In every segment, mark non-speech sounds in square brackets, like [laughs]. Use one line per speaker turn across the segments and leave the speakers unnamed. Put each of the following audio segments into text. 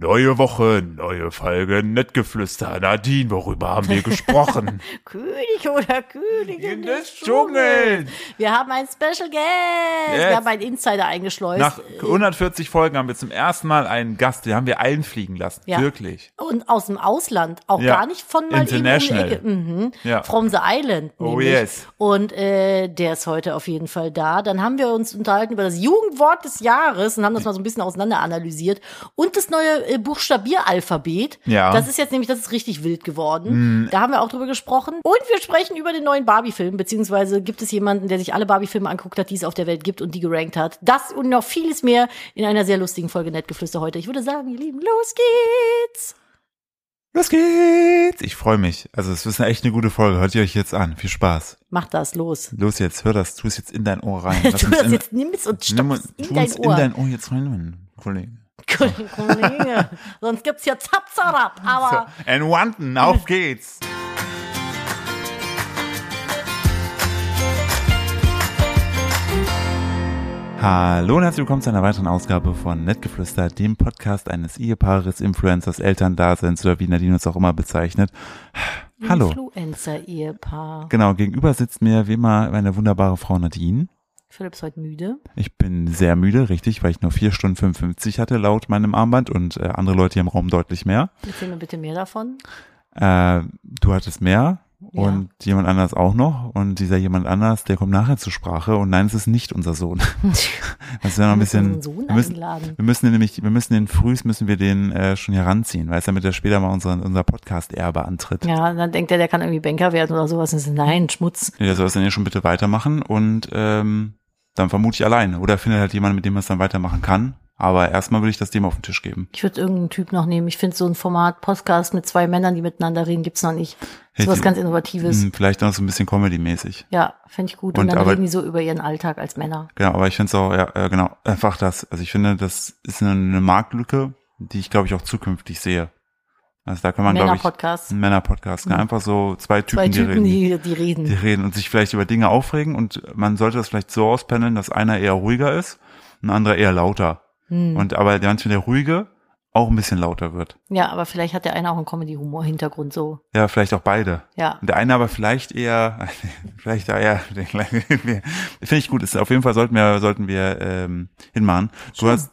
Neue Woche, neue Folge, Nettgeflüster. Nadine, worüber haben
[laughs]
wir gesprochen?
König oder Königin
In
des
des
Dschungels.
Dschungels.
Wir haben einen Special Guest.
Yes.
Wir haben einen Insider eingeschleust.
Nach 140 Folgen haben wir zum ersten Mal einen Gast, den haben wir allen fliegen lassen.
Ja.
Wirklich.
und aus dem Ausland, auch
Ja.
gar nicht von mal eben um die
International.
Ecke. Mhm.
Ja.
From the Island.
Oh,
nämlich.
yes.
Und äh, der ist heute auf jeden Fall da. Dann haben wir uns unterhalten über das Jugendwort des Jahres und haben das mal so ein bisschen auseinander analysiert. Und das neue äh, Buchstabieralphabet.
Ja. Mm.
Das ist jetzt nämlich, das ist richtig wild geworden. Da haben wir auch drüber gesprochen. Und wir sprechen über den neuen Barbie-Film, beziehungsweise gibt es jemanden, der sich alle Barbie-Filme anguckt hat, die es auf der Welt gibt und die gerankt hat. Das und noch vieles mehr in einer sehr lustigen Folge Nettgeflüster heute. Ich würde sagen, ihr Lieben, los geht's!
Los geht's. Ich freue mich. Also es ist eine echt eine gute Folge. Hört ihr euch jetzt an. Viel Spaß.
Mach das, los.
Los jetzt, hör das. Tu es jetzt in dein Ohr
[laughs]
rein.
Du
Lass uns
das
in-
jetzt nimmst und
nimm und-
stoppst in
tu
dein
uns
Ohr.
in dein Ohr jetzt rein, Kollege. [laughs]
Kollege, sonst gibt's ja Zapzarab, aber
So, [laughs] and Wanton, auf geht's. Hallo und herzlich willkommen zu einer weiteren Ausgabe von Nettgeflüster, dem Podcast eines Ehepaares, Influencers, Elterndaseins oder wie Nadine uns auch immer bezeichnet. Hallo.
Influencer-Ehepaar.
Genau, gegenüber sitzt mir wie immer meine wunderbare Frau Nadine.
Philipp ist heute müde.
Ich bin sehr müde, richtig, weil ich nur 4 Stunden 55 hatte laut meinem Armband und äh, andere Leute hier im Raum deutlich mehr.
Erzähl mir bitte mehr davon.
äh, du hattest mehr und jemand anders auch noch und dieser jemand anders, der kommt nachher zur Sprache und nein, es ist nicht unser Sohn. [laughs] Das wäre noch ein
müssen
bisschen.
unseren Sohn
wir, müssen,
einladen.
wir müssen den nämlich, wir müssen den frühs müssen wir den äh, schon heranziehen, weißt du, damit er später mal unseren, unser Podcast-Erbe antritt.
Ja, und dann denkt er, der kann irgendwie Banker werden oder sowas. Und so, nein, Schmutz.
Nee, der soll es dann ja schon bitte weitermachen und ähm, dann vermute ich alleine. Oder findet halt jemand, mit dem er es dann weitermachen kann. Aber erstmal würde ich das dem auf den Tisch geben.
Ich würde irgendeinen Typ noch nehmen. Ich finde so ein Format Podcast mit zwei Männern, die miteinander reden, gibt's noch nicht. So was
Richtig.
ganz Innovatives.
Hm, Vielleicht noch so ein bisschen Comedy-mäßig.
Ja, fände ich gut. Und,
Und
dann
aber-
reden die so über ihren Alltag als Männer.
Genau, aber ich finde es auch, ja, äh, genau, einfach das. Also ich finde, das ist eine, eine Marktlücke, die ich, glaube ich, auch zukünftig sehe. Also da kann man, glaube ich,
Männer-Podcasts.
einen Männer-Podcast, ne? einfach so zwei Typen,
Mhm. Zwei
die
Typen,
reden.
die, die reden.
die reden und sich vielleicht über Dinge aufregen und man sollte das vielleicht so auspendeln, dass einer eher ruhiger ist, ein anderer eher lauter.
Mhm.
Und aber manchmal der ruhige auch ein bisschen lauter wird.
Ja, aber vielleicht hat der eine auch einen Comedy-Humor-Hintergrund so.
Ja, vielleicht auch beide.
Ja.
Und der eine aber vielleicht eher, [laughs] vielleicht eher, finde ich gut. Ist, auf jeden Fall sollten wir, sollten wir ähm, hinmachen. Du hast,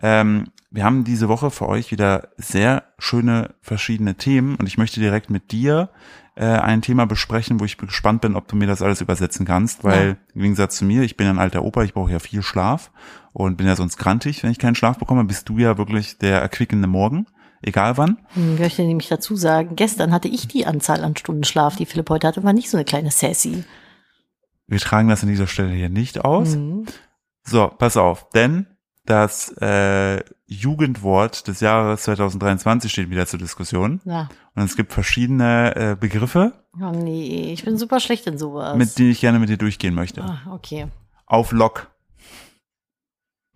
ähm, wir haben diese Woche für euch wieder sehr schöne verschiedene Themen und ich möchte direkt mit dir äh, ein Thema besprechen, wo ich gespannt bin, ob du mir das alles übersetzen kannst, weil
Ja.
im Gegensatz zu mir, ich bin ein alter Opa, ich brauche ja viel Schlaf und bin ja sonst krantig, wenn ich keinen Schlaf bekomme, bist du ja wirklich der erquickende Morgen, egal wann.
Hm, Ich möchte nämlich dazu sagen, gestern hatte ich die Anzahl an Stunden Schlaf, die Philipp heute hatte, war nicht so eine kleine Sassy.
Wir tragen das an dieser Stelle hier nicht aus.
Mhm.
So, pass auf, denn das äh, Jugendwort des Jahres 2023 steht wieder zur Diskussion.
Ja.
Und es gibt verschiedene äh, Begriffe,
Oh nee, ich bin super schlecht in sowas.
mit denen ich gerne mit dir durchgehen möchte.
ah, okay,
Auf Lock.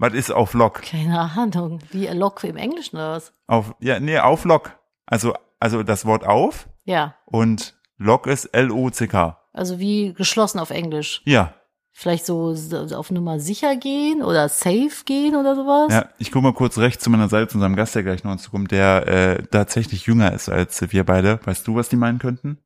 Was ist auf Lock?
keine Ahnung. Wie a Lock im Englischen oder was?
Auf, ja, nee, auf Lock. Also, also das Wort auf
Ja,
und Lock ist L-O-C-K.
also wie geschlossen auf Englisch.
Ja,
Vielleicht so s- auf Nummer sicher gehen oder safe gehen oder sowas.
ja, ich gucke mal kurz rechts zu meiner Seite, zu unserem Gast, der gleich noch uns kommt, der äh, tatsächlich jünger ist als wir beide. Weißt du, was die meinen könnten?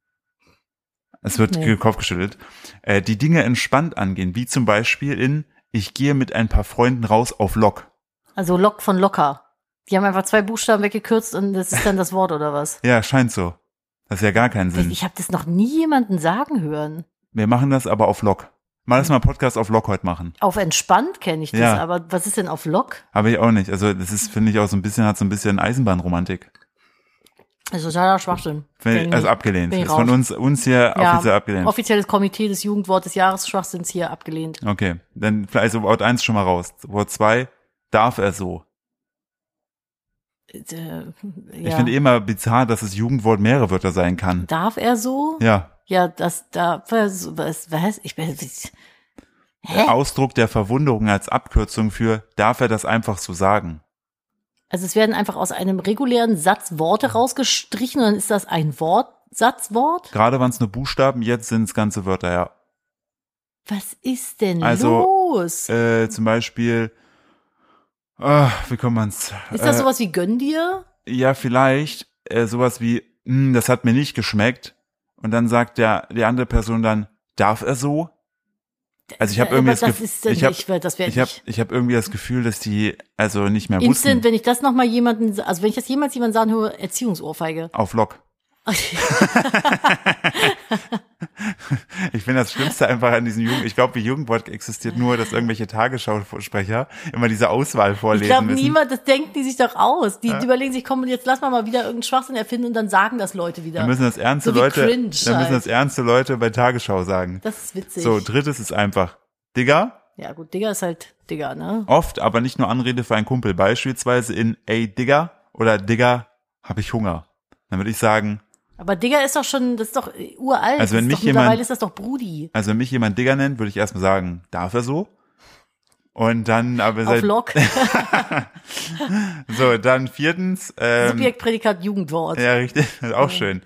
Es wird
Nee.
nee. Kopf geschüttelt. Äh, die Dinge entspannt angehen, wie zum Beispiel in Ich gehe mit ein paar Freunden raus auf Lock.
Also Lock von locker. Die haben einfach zwei Buchstaben weggekürzt und das ist dann das Wort
[laughs]
oder was?
Ja, scheint so. Das ist ja gar keinen Sinn.
Ich habe das noch nie jemanden sagen hören.
Wir machen das aber auf Lock. Mal lass mal einen Podcast auf Lock heute machen.
Auf entspannt kenne ich das,
Ja.
aber was ist denn auf Lock?
Habe ich auch nicht. Also das ist, finde ich, auch so ein bisschen, hat so ein bisschen Eisenbahnromantik.
Das ist totaler Schwachsinn. Kenn ich
Also
nicht.
abgelehnt.
Bin ich
Ist von
raus.
uns, uns hier
Ja,
offiziell abgelehnt.
Offizielles Komitee des Jugendwort des Jahres Schwachsinns hier abgelehnt.
Okay, dann vielleicht also Wort 1 schon mal raus. Wort 2, darf er so.
Äh, ja.
Ich finde eh immer bizarr, dass es Jugendwort mehrere Wörter sein kann.
Darf er so?
Ja,
Ja, das da was was, was? ich bin ich, Hä?
Ausdruck der Verwunderung als Abkürzung für darf er das einfach so sagen.
also es werden einfach aus einem regulären Satz Worte rausgestrichen und dann ist das ein Wort Satzwort?
Gerade waren es nur Buchstaben, jetzt sind es ganze Wörter, ja.
Was ist denn
Also,
los?
Äh, zum Beispiel Ah, wie kommt man's?
Ist das
äh,
sowas wie gönn dir?
ja, vielleicht äh, sowas wie, "Hm, das hat mir nicht geschmeckt. Und dann sagt der, die andere Person dann, darf er so? Also ich habe
Ja,
irgendwie
Äh,
das,
aber das
Gef-
ist dann
ich hab,
nicht, weil das wäre
ich hab,
nicht.
ich hab irgendwie das Gefühl, dass die also nicht mehr
Instant,
wussten
wenn ich das nochmal jemanden, also wenn ich das jemals jemanden sagen höre, Erziehungsohrfeige.
auf Lock. [laughs] Ich finde das Schlimmste einfach an diesem Jugend, ich glaube, wie Jugendwort existiert nur, dass irgendwelche Tagesschausprecher immer diese Auswahl vorlesen
Ich glaube,
müssen.
niemand, das denken die sich doch aus. Die, die überlegen sich, komm, jetzt lass mal mal wieder irgendeinen Schwachsinn erfinden und dann sagen das Leute wieder.
Dann müssen das ernste
So wie
Leute,
cringe
dann
halt.
müssen das ernste Leute bei Tagesschau sagen.
das ist witzig.
So, drittes ist einfach. Digga,
ja gut, Digga ist halt Digga, ne?
Oft, aber nicht nur Anrede für einen Kumpel, beispielsweise in Ey Digger oder Digger, hab ich Hunger. Dann würde ich sagen,
Aber Digga ist doch schon, das ist doch äh, uralt.
Also wenn
das ist
mich
doch, mittlerweile
jemand-
ist das doch Brudi.
also wenn mich jemand Digger nennt, würde ich erstmal sagen, darf er so? Und dann, aber
Auf
seit,
Lock,
so, dann viertens, ähm,
Subjekt, Prädikat, Jugendwort. Ja.
ja, richtig, [laughs] das ist auch schön.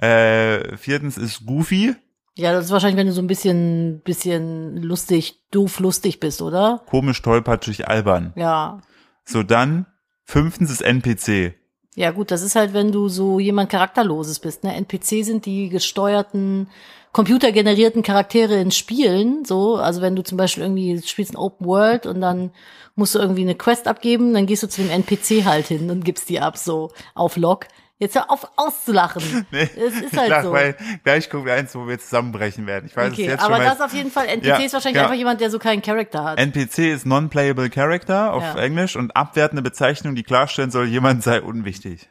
Äh, viertens ist Goofy,
das ist wahrscheinlich, wenn du so ein bisschen, bisschen lustig, doof lustig bist, oder?
komisch, tollpatschig, albern.
Ja.
So, dann, fünftens ist NPC.
Ja gut, das ist halt, wenn du so jemand Charakterloses bist. Ne? NPC sind die gesteuerten, computergenerierten Charaktere in Spielen. So, also wenn du zum Beispiel irgendwie spielst ein Open World und dann musst du irgendwie eine Quest abgeben, dann gehst du zu dem NPC halt hin und gibst die ab, so auf Lock. Jetzt hör auf auszulachen.
[laughs] Nee,
es ist
ich
halt
lach,
so.
weil gleich gucken wir eins, wo wir zusammenbrechen werden. Ich weiß es
Okay,
jetzt
aber
schon, weil
das auf jeden Fall, NPC
Ja,
ist wahrscheinlich
ja.
einfach jemand, der so keinen Charakter hat.
NPC ist Non-Playable Character auf
Ja.
Englisch und abwertende Bezeichnung, die klarstellen soll, jemand sei unwichtig.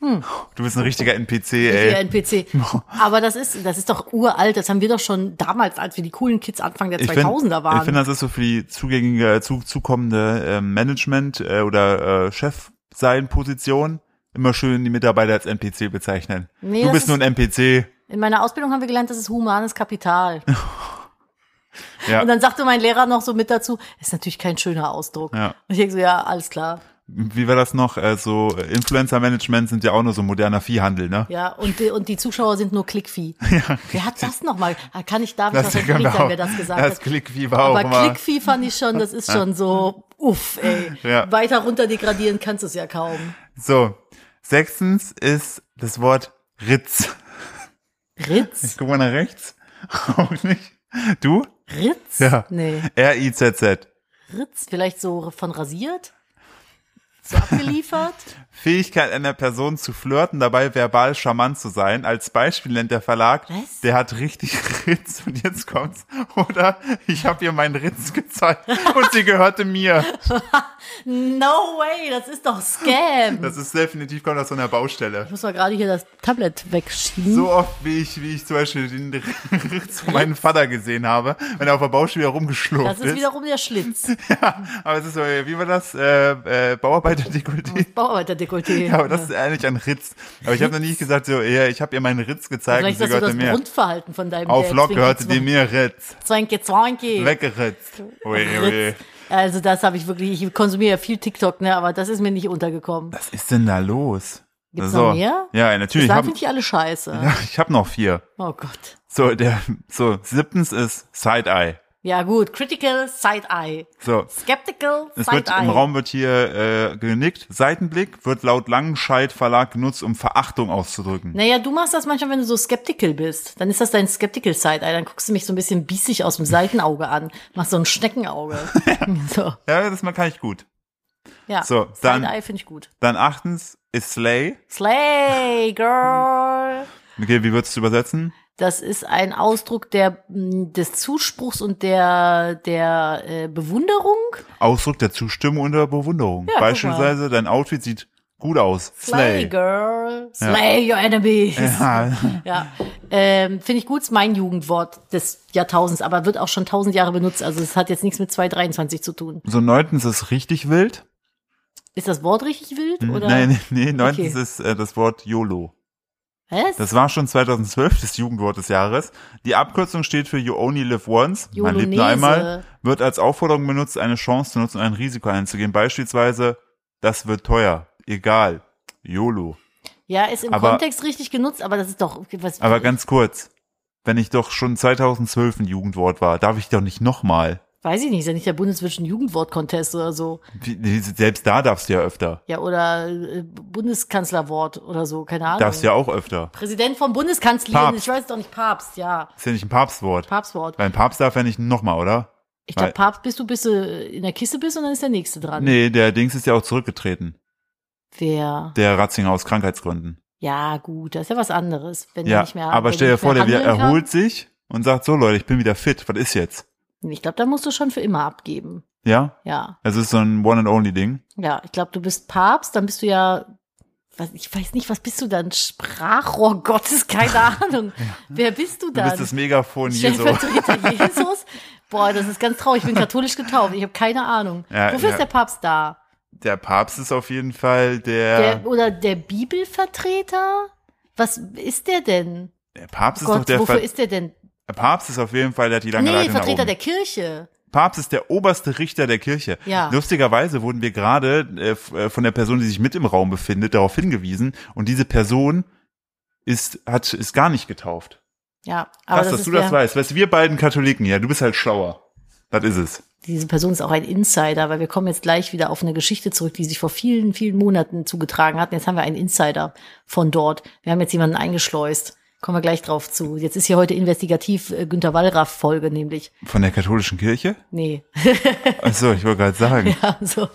Hm.
Du bist ein richtiger NPC, ey.
Der NPC.
[laughs]
Aber das ist, das ist doch uralt. Das haben wir doch schon damals, als wir die coolen Kids Anfang der
ich finde,
2000er waren.
ich find, das ist so für die zugängige, zu, zukommende äh, Management äh, oder äh, Chef sein Position immer schön die Mitarbeiter als NPC bezeichnen.
Nee,
du
das
bist nur ein NPC.
In meiner Ausbildung haben wir gelernt, das ist humanes Kapital.
Ja.
Und dann sagte mein Lehrer noch so mit dazu, ist natürlich kein schöner Ausdruck.
Ja.
Und ich denke so, ja, alles klar.
Wie war das noch? Äh, so äh, Influencer-Management sind ja auch nur so moderner Viehhandel, ne?
Ja, und, die- und die Zuschauer sind nur Klickvieh.
[laughs]
Ja, wer hat das nochmal? Kann ich David
Das,
wahrscheinlich nicht
genau.
sagen, wer das gesagt
das
hat.
Klickvieh war auch
Aber
immer.
Klickvieh fand ich schon, das ist schon so, uff, ey.
Ja.
Weiter runter degradieren kannst du es ja kaum.
So, sechstens ist das Wort Ritz.
Ritz?
Guck mal nach rechts. [laughs] Auch nicht. Du?
Ritz?
Ja.
Nee.
R-I-Z-Z.
Ritz, vielleicht so von rasiert? So abgeliefert?
Fähigkeit einer Person zu flirten, dabei verbal charmant zu sein. Als Beispiel nennt der Verlag,
Was?
der hat richtig [laughs] Ritz und jetzt kommt's. Oder ich habe ihr meinen Ritz gezeigt und sie gehörte mir.
No way, das ist doch Scam.
Das ist definitiv kommt aus so einer Baustelle.
Ich muss mal gerade hier das Tablet wegschieben.
So oft, wie ich, wie ich zum Beispiel den Ritz von meinem Vater gesehen habe, wenn er auf der Baustelle rumgeschlurft
das ist wiederum der Schlitz.
Aber es ist so, wie war das? Äh, äh, Bauarbeiter-Dekolleté.
Oh. Bauarbeiterdekolleté.
Ja, [laughs] aber das ist eigentlich ein Ritz. Aber ich habe noch nicht gesagt, so, ja, ich habe ihr meinen Ritz gezeigt und
Vielleicht
sie
ist das so
gehörte
das
mir.
Grundverhalten von deinem
Auf
Dad.
Lock
Zwinki,
gehörte die
zwinki,
mir Ritz.
Zwanke, zwanke.
Weggeritzt. Ui, ui.
Ritz. Also das habe ich wirklich, ich konsumiere ja viel TikTok, ne, aber das ist mir nicht untergekommen.
Was ist denn da los?
Gibt's noch mehr?
Ja, natürlich. Ich
Bislang
hab,
finde ich alle scheiße.
ja, [laughs] ich habe noch vier.
Oh Gott.
So, der, so, siebtens ist Side-Eye.
Ja gut, critical side-eye.
So.
Skeptical
Es wird,
side-eye.
im Raum wird hier äh, genickt. Seitenblick wird laut Langenscheid Verlag genutzt, um Verachtung auszudrücken.
Naja, du machst das manchmal, wenn du so skeptical bist. Dann ist das dein skeptical side-eye. Dann guckst du mich so ein bisschen biesig aus dem Seitenauge an. Machst so
[laughs]
ein Schneckenauge. so,
Ja, das kann ich gut.
ja.
So, dann-
Side-eye finde ich gut.
Dann achtens ist Slay.
Slay, girl.
Okay, wie würdest du übersetzen?
Das ist ein Ausdruck der, mh, des Zuspruchs und der, der äh, Bewunderung.
Ausdruck der Zustimmung und der Bewunderung.
guck mal.
Beispielsweise, dein Outfit sieht gut aus.
Slay,
Slay.
girl. Slay your enemies. Ja.
Ja,
[laughs] Ähm, Finde ich gut, ist mein Jugendwort des Jahrtausends, aber wird auch schon tausend Jahre benutzt. Also es hat jetzt nichts mit 223 zu tun.
so, neuntens ist richtig wild.
Ist das Wort richtig wild? Oder?
Hm, Nein, nee, neuntens
Okay.
ist äh, das Wort YOLO.
Was?
Das war schon 2012 das Jugendwort des Jahres. Die Abkürzung steht für You Only Live Once. Man lebt nur
Yolonese.
einmal. Wird als Aufforderung benutzt, eine Chance zu nutzen und ein Risiko einzugehen. Beispielsweise, das wird teuer. Egal. YOLO.
ja, ist im
Aber-
Kontext richtig genutzt, aber das ist doch was.
Aber ganz kurz. Wenn ich doch schon 2012 ein Jugendwort war, darf ich doch nicht nochmal.
Weiß ich nicht, ist ja nicht der bundeswischen Jugendwort-Contest oder so.
Die- die- Selbst da darfst du ja öfter.
Ja, oder äh, Bundeskanzlerwort oder so, keine Ahnung.
Darfst du ja auch öfter.
Präsident vom Bundeskanzlerin,
Papst.
ich weiß doch nicht, Papst, ja.
Ist ja nicht ein Papstwort.
Papstwort.
Weil ein Papst darf ja nicht nochmal, oder?
Ich glaube,
Weil-
Papst bist du, bis du in der Kiste bist und dann ist der Nächste dran.
Nee, der Dings ist ja auch zurückgetreten.
Wer?
Der Ratzinger aus Krankheitsgründen.
Ja, gut, das ist ja was anderes, wenn er
Ja,
nicht mehr
aber
wenn
stell
er
dir
nicht
vor,
mehr
der wieder
handeln kann.
erholt sich und sagt, so Leute, ich bin wieder fit, was ist jetzt?
Ich glaube, da musst du schon für immer abgeben.
Ja? Also,
Ja.
Es ist so ein One-and-Only-Ding.
Ja, ich glaube, du bist Papst, dann bist du ja, was, ich weiß nicht, was bist du dann? Sprachrohr
[laughs]
Gottes, keine Ahnung. Wer bist du
Du
dann?
bist das Megafon Jesu.
Stellvertreter
[laughs]
Jesus? Boah, das ist ganz traurig. Ich bin katholisch getauft. Ich habe keine Ahnung.
Ja,
Wofür
ja.
ist der Papst da?
Der Papst ist auf jeden Fall der...
Der, oder der Bibelvertreter? Was ist der denn?
Der Papst ist doch
Gott,
der...
wofür
Ver
ist der denn?
der Papst ist auf jeden Fall, der hat die lange
Nee,
Leitung nach
Vertreter
oben.
der Kirche.
Papst ist der oberste Richter der Kirche.
Ja.
Lustigerweise wurden wir gerade äh, f- äh, von der Person, die sich mit im Raum befindet, darauf hingewiesen und diese Person ist, hat, ist gar nicht getauft.
Ja, aber
Krass,
das
dass
ist
du das
der,
weißt. Weißt du, wir beiden Katholiken, ja, du bist halt schlauer. Das ist es.
diese Person ist auch ein Insider, weil wir kommen jetzt gleich wieder auf eine Geschichte zurück, die sich vor vielen, vielen Monaten zugetragen hat. Und Jetzt haben wir einen Insider von dort. Wir haben jetzt jemanden eingeschleust. Kommen wir gleich drauf zu. Jetzt ist hier heute investigativ äh, Günter Wallraff-Folge, nämlich.
Von der katholischen Kirche?
Nee.
Ach so, ich wollte gerade sagen.
[laughs] Ja, so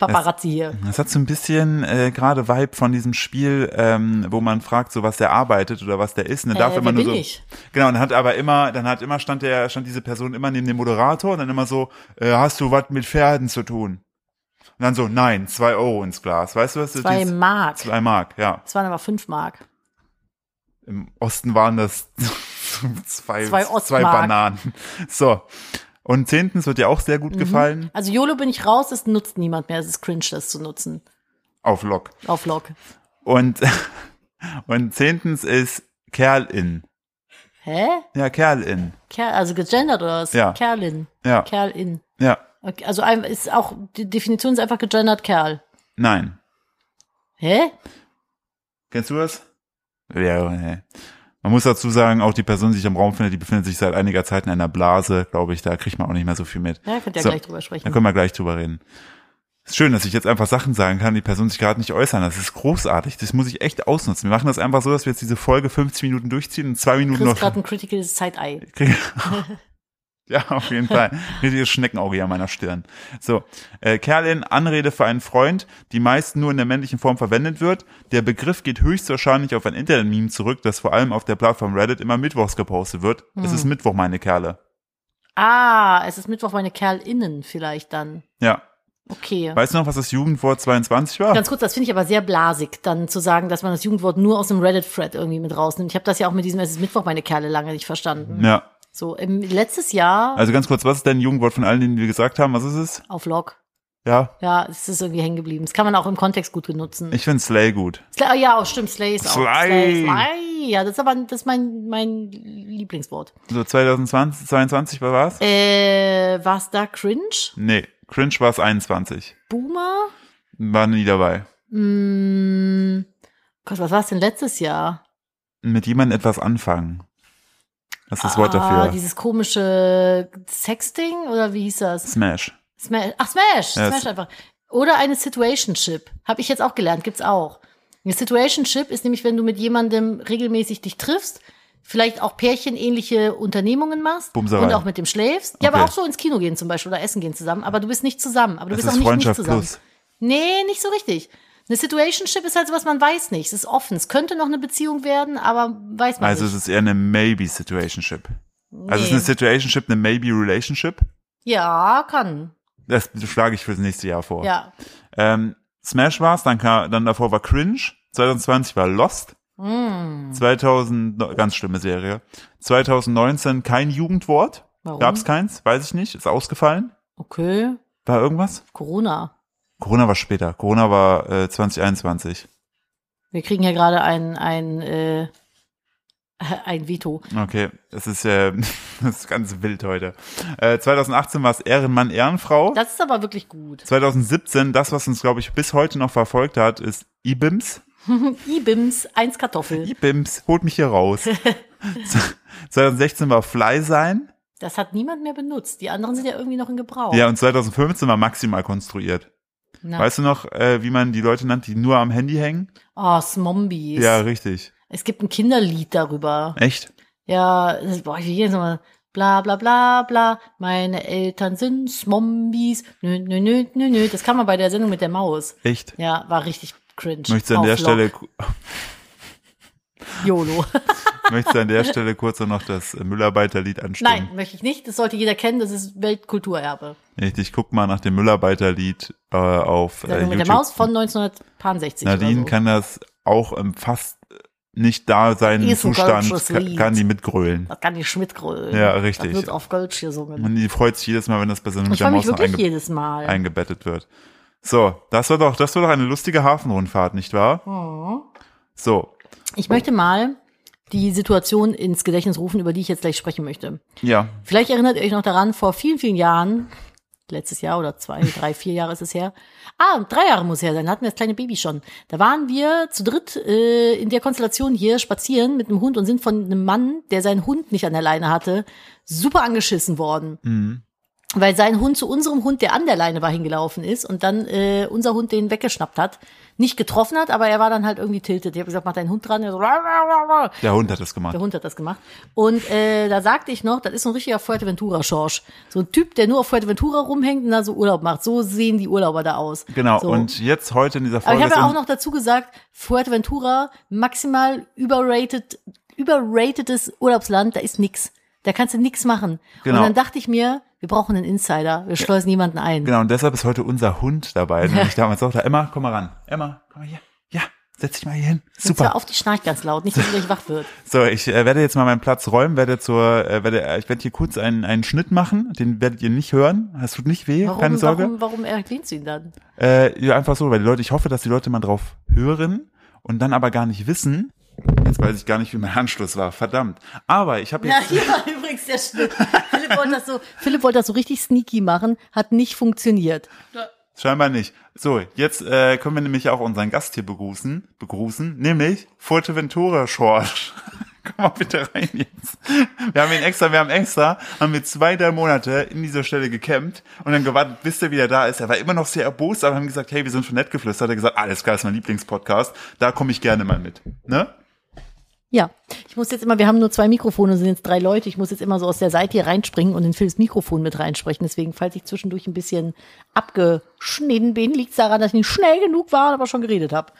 Paparazzi hier.
Das hat so ein bisschen äh, gerade Vibe von diesem Spiel, ähm, wo man fragt, so was der arbeitet oder was der ist. Und dann darf
Äh,
immer
wer
nur
bin
so.
ich?
Genau, und hat aber immer, dann hat immer stand der, stand diese Person immer neben dem Moderator und dann immer so, äh, hast du was mit Pferden zu tun? Und dann so, nein, zwei Euro ins Glas. Weißt du was? das
Zwei
ist?
Mark.
zwei Mark, ja.
Es waren aber fünf Mark.
Im Osten waren das [laughs] zwei,
Zwei
zwei
Ostmark.
Bananen. So. Und zehntens wird dir auch sehr gut gefallen.
Also YOLO bin ich raus, das nutzt niemand mehr. Es ist cringe, das zu nutzen.
Auf Lock.
Auf Lock.
Und, [laughs] und zehntens ist Kerl in.
Hä?
Ja, Kerl in.
Kerl, also gegendert oder was?
Ja.
Kerlin.
Ja.
Kerlin.
Ja.
Okay, also ein- ist auch, die Definition ist einfach gegendert Kerl.
Nein.
Hä?
Kennst du das? Ja, nee. Man muss dazu sagen, auch die Person, die sich im Raum findet, die befindet sich seit einiger Zeit in einer Blase, glaube ich, da kriegt man auch nicht mehr so viel mit.
Ja, könnt ihr
So.
gleich drüber
Da
sprechen.
können wir gleich drüber reden. Ist schön, dass ich jetzt einfach Sachen sagen kann, die Person sich gerade nicht äußern. Das ist großartig. Das muss ich echt ausnutzen. Wir machen das einfach so, dass wir jetzt diese Folge 15 Minuten durchziehen und zwei Minuten
Chris
noch. [laughs]
gerade ein Critical Side-Eye.
Kriege- [laughs] ja, auf jeden Fall. Richtiges Schneckenauge hier an meiner Stirn. So, äh, Kerlin, Anrede für einen Freund, die meist nur in der männlichen Form verwendet wird. Der Begriff geht höchstwahrscheinlich auf ein Internet-Meme zurück, das vor allem auf der Plattform Reddit immer mittwochs gepostet wird.
Hm.
Es ist Mittwoch, meine Kerle.
Ah, es ist Mittwoch, meine Kerlinnen vielleicht dann.
Ja.
Okay.
Weißt du noch, was das Jugendwort 22 war?
Ganz kurz, das finde ich aber sehr blasig, dann zu sagen, dass man das Jugendwort nur aus dem Reddit-Thread irgendwie mit rausnimmt. Ich habe das ja auch mit diesem Es ist Mittwoch, meine Kerle lange nicht verstanden.
ja.
So, im, letztes Jahr
Also ganz kurz, was ist denn Jugendwort von allen, denen wir gesagt haben? Was ist es?
auf Log.
Ja.
Ja, es ist irgendwie hängen geblieben. Das kann man auch im Kontext gut benutzen.
Ich finde Slay gut.
Sla- oh, ja, auch stimmt, Slay ist auch.
Slay.
Slay. Slay. Ja, das ist aber das ist mein, mein Lieblingswort.
So 2020, 22 war was?
Äh, war da Cringe?
Nee, Cringe war es 21.
Boomer?
War nie dabei.
Mm, Gott, was war es denn letztes Jahr?
mit jemandem etwas anfangen. Das ist das Wort
Ah,
dafür.
Dieses komische Sexting oder wie hieß das?
Smash.
Smash. Ach, Smash.
Ja,
Smash
es-
einfach. Oder eine Situationship. Habe ich jetzt auch gelernt, gibt's auch. Eine Situationship ist nämlich, wenn du mit jemandem regelmäßig dich triffst, vielleicht auch pärchenähnliche Unternehmungen machst
Bumserei.
und auch mit dem schläfst. Ja, aber
Okay.
auch so ins Kino gehen zum Beispiel oder essen gehen zusammen, aber du bist nicht zusammen. Aber du
Das
bist
ist
auch nicht, nicht
Freundschaft
zusammen.
plus.
Nee, nicht so richtig. Eine Situationship ist halt so was, man weiß nicht. Es ist offen. Es könnte noch eine Beziehung werden, aber weiß man
Also es
nicht.
ist eher eine Maybe-Situationship. Also es ist eine Situationship, eine Maybe-Relationship.
Ja, kann.
Das schlage ich fürs nächste Jahr vor.
Ja.
Ähm, Smash war's, dann, kam, dann davor war Cringe. 2020 war Lost.
Hm.
2000, no- ganz schlimme Serie. 2019 kein Jugendwort.
Warum?
Gab's keins, weiß ich nicht. Ist ausgefallen.
Okay.
War irgendwas?
Corona.
Corona war später. Corona war äh, 2021.
Wir kriegen hier gerade ein, ein, äh, ein Veto.
Okay, das ist, äh, [laughs] das ist ganz wild heute. Äh, 2018 war es Ehrenmann, Ehrenfrau.
Das ist aber wirklich gut.
2017, das, was uns, glaube ich, bis heute noch verfolgt hat, ist IBIMS.
Ibims, eins Kartoffel. [laughs]
IBIMS, holt mich hier raus. 2016 war Fly sein.
Das hat niemand mehr benutzt. Die anderen sind ja irgendwie noch in Gebrauch.
Ja, und 2015 war maximal konstruiert.
Na.
Weißt du noch, äh, wie man die Leute nannt, die nur am Handy hängen?
Oh, Smombies.
Ja, richtig.
Es gibt ein Kinderlied darüber.
Echt?
Ja, das- boah, ich will jedes Mal. Bla bla bla bla, meine Eltern sind Smombies. Nö, nö, nö, nö, nö. Das kann man bei der Sendung mit der Maus.
Echt?
Ja, war richtig cringe.
Möchtest du an der
Auf Lock.
Stelle,
[laughs] YOLO. [laughs]
möchtest du an der Stelle kurz noch das äh, Müllarbeiterlied anstimmen?
Nein, möchte ich nicht. Das sollte jeder kennen. Das ist Weltkulturerbe.
Richtig, Ich guck mal nach dem Müllarbeiterlied äh, auf äh,
Sendung
YouTube.
mit der Maus von 1960.
Nadine
oder so.
kann das auch im fast nicht da sein
Ist ein
Zustand,
deutsches
ka-
Lied.
kann die mitgrölen.
Das kann die Schmidtgröll.
Ja, richtig.
Das wird auf Kölsch gesungen.
Und die freut sich jedes Mal, wenn das bei Sendung mit
ich
der
freue mich
Maus noch
wirklich
einge
jedes Mal.
eingebettet wird. So, das war doch, das war doch eine lustige Hafenrundfahrt, nicht wahr? So,
Ich möchte mal die Situation ins Gedächtnis rufen, über die ich jetzt gleich sprechen möchte.
ja,
Vielleicht erinnert ihr euch noch daran, vor vielen, vielen Jahren, letztes Jahr oder zwei, drei, vier Jahre ist es her. Ah, drei Jahre muss her sein, da hatten wir das kleine Baby schon. Da waren wir zu dritt äh, in der Konstellation hier spazieren mit einem Hund und sind von einem Mann, der seinen Hund nicht an der Leine hatte, super angeschissen worden. Weil sein Hund zu unserem Hund, der an der Leine war, hingelaufen ist und dann äh, unser Hund den weggeschnappt hat. Nicht getroffen hat, aber er war dann halt irgendwie tiltet. Ich habe gesagt, mach deinen Hund dran. Er so, "Rau, rau, rau, rau."
der Hund hat das gemacht.
Der Hund hat das gemacht. Und äh, da sagte ich noch, das ist so ein richtiger Fuerteventura-Schorsch. So ein Typ, der nur auf Fuerteventura rumhängt und da so Urlaub macht. So sehen die Urlauber da aus.
Genau,
so.
und jetzt heute in dieser
Aber
Folge
ich habe
ist
ja auch
un-
noch dazu gesagt, Fuerteventura, maximal überrated, überratedes Urlaubsland, da ist nix. Da kannst du nix machen.
Genau.
Und dann dachte ich mir, wir brauchen einen Insider, wir schleusen niemanden ein.
Genau, und deshalb ist heute unser Hund dabei. Ja. Ich damals auch da. Emma, komm mal ran. Emma, komm mal hier. Ja, setz dich mal hier hin.
Und zwar
Super.
auf die Schnarcht ganz laut, nicht, dass sie gleich wach wird.
So, ich äh, werde jetzt mal meinen Platz räumen, werde zur, äh, werde, äh, ich werde hier kurz einen, einen Schnitt machen, den werdet ihr nicht hören. Es tut nicht weh,
Warum,
keine Sorge.
warum, warum erklingst du ihn dann?
Äh, ja, einfach so, weil die Leute, ich hoffe, dass die Leute mal drauf hören und dann aber gar nicht wissen. Jetzt weiß ich gar nicht, wie mein Anschluss war. Verdammt. Aber ich habe
Ja,
jetzt.
hier war [laughs] übrigens der Schnitt. Philipp wollte, das so, Philipp wollte das so richtig sneaky machen, hat nicht funktioniert.
Scheinbar nicht. So, jetzt äh, können wir nämlich auch unseren Gast hier begrüßen, begrüßen, nämlich Fuerteventura Schorsch. [laughs] Komm mal bitte rein jetzt. Wir haben ihn extra, wir haben extra, haben wir zwei, drei Monate in dieser Stelle gecampt und dann gewartet, bis er wieder da ist. Er war immer noch sehr erbost, aber haben gesagt, hey, wir sind von nett geflüstert. Hat er gesagt, alles klar, ist mein Lieblingspodcast, da komme ich gerne mal mit. Ne?
Ja, ich muss jetzt immer, wir haben nur zwei Mikrofone, sind jetzt drei Leute, ich muss jetzt immer so aus der Seite hier reinspringen und in Philips Mikrofon mit reinsprechen. Deswegen, falls ich zwischendurch ein bisschen abgeschnitten bin, liegt es daran, dass ich nicht schnell genug war und aber schon geredet habe.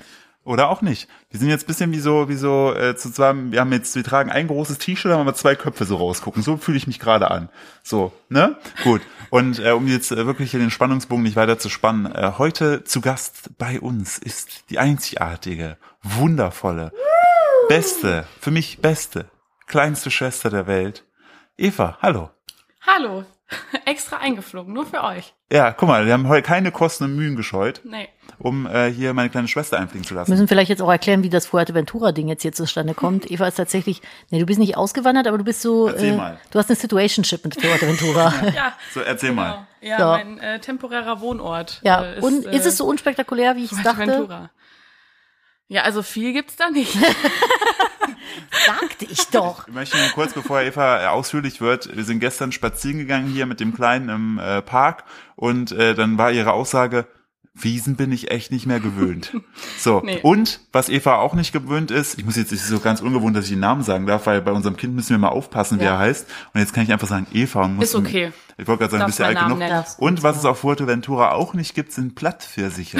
Oder auch nicht. Wir sind jetzt ein bisschen wie so, wie so äh, zu zwei, wir haben jetzt, wir tragen ein großes T-Shirt, haben aber zwei Köpfe so rausgucken. So fühle ich mich gerade an. So, ne? Gut. Und äh, um jetzt äh, wirklich hier den Spannungsbogen nicht weiter zu spannen, äh, heute zu Gast bei uns ist die einzigartige, wundervolle, beste, für mich beste, kleinste Schwester der Welt, Eva. Hallo.
Hallo. [laughs] Extra eingeflogen, nur für euch.
Ja, guck mal, wir haben heute keine Kosten und Mühen gescheut,
Nee.
um äh, hier meine kleine Schwester einfliegen zu lassen.
Müssen vielleicht jetzt auch erklären, wie das Fuerteventura-Ding jetzt hier zustande kommt. Eva ist tatsächlich, nee, du bist nicht ausgewandert, aber du bist so,
Erzähl
äh,
mal.
du hast eine Situationship mit [laughs] Fuerteventura.
Ja. genau.
So, erzähl mal.
Ja,
So.
mein äh, temporärer Wohnort.
ja,
äh,
und ist es so unspektakulär, wie ich es dachte?
Ventura. Ja, also viel gibt's da nicht. [laughs]
Sagte ich doch.
Ich möchte nur kurz, bevor Eva äh, ausführlich wird, wir sind gestern spazieren gegangen hier mit dem Kleinen im äh, Park und äh, dann war ihre Aussage, Wiesen bin ich echt nicht mehr
[laughs]
gewöhnt. So,
Nee.
und was Eva auch nicht gewöhnt ist, ich muss jetzt, es ist so ganz ungewohnt, dass ich den Namen sagen darf, weil bei unserem Kind müssen wir mal aufpassen, wie
Ja.
er heißt. Und jetzt kann ich einfach sagen, Eva und muss.
Ist okay.
Ich wollte gerade sagen,
Darfst
bist du alt
meinen Namen
genug.
nennen. Darfst
Und was es auf Fuerteventura auch nicht gibt, sind
[laughs]
Plattpfirsiche.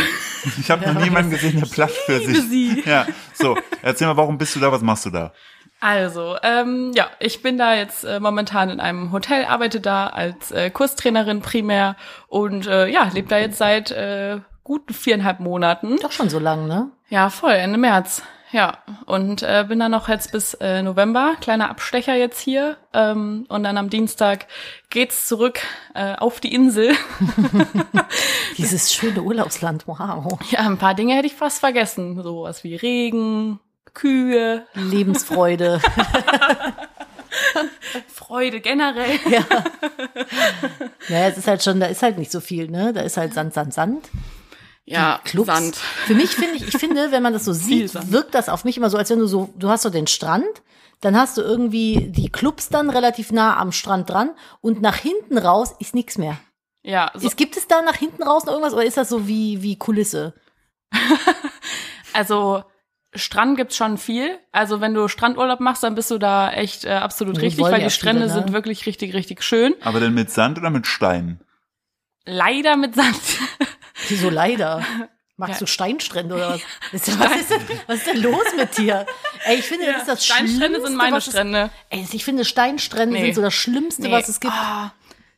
Ich habe noch niemanden gesehen, der Plattpfirsich. Ja, so, erzähl mal, warum bist du da, was machst du da?
Also, ähm, ja, ich bin da jetzt äh, momentan in einem Hotel, arbeite da als äh, Kurstrainerin primär und äh, ja, lebe da jetzt seit äh, guten viereinhalb Monaten.
Doch schon so lang, ne?
Ja, voll, Ende März. Ja, und äh, bin dann noch jetzt bis äh, November, kleiner Abstecher jetzt hier. Ähm, und dann am Dienstag geht's zurück äh, auf die Insel. [laughs]
Dieses schöne Urlaubsland, wow.
Ja, ein paar Dinge hätte ich fast vergessen. Sowas wie Regen, Kühe, [laughs]
Lebensfreude. [laughs]
Freude generell.
ja. Naja, es ist halt schon, da ist halt nicht so viel, ne? Da ist halt Sand, Sand, Sand.
Ja,
Clubs.
Sand.
Für mich finde ich, ich finde, wenn man das so
Viel
sieht,
Sand.
wirkt das auf mich immer so, als wenn du so, du hast so den Strand, dann hast du irgendwie die Clubs dann relativ nah am Strand dran und nach hinten raus ist nichts mehr.
Ja, so,
Ist, gibt es da nach hinten raus noch irgendwas oder ist das so wie, wie Kulisse?
also Strand gibt's schon viel. Also wenn du Strandurlaub machst, dann bist du da echt äh, absolut
Ja,
richtig,
wollen
weil
ja
die Strände
viele, ne?
sind wirklich richtig, richtig schön.
Aber dann mit Sand oder mit Stein?
Leider mit Sand.
Wieso
[laughs]
leider? Magst du
Ja.
Steinstrände oder
[laughs]
was? Ist, was, ist denn, was ist denn los mit dir? Ey, ich finde,
[laughs]
das ist das
Steinstrände
Schlimmste,
sind meine
was es-
Strände.
Ey, ich finde, Steinstrände
Nee.
sind so das Schlimmste,
Nee.
was es gibt.
Ah,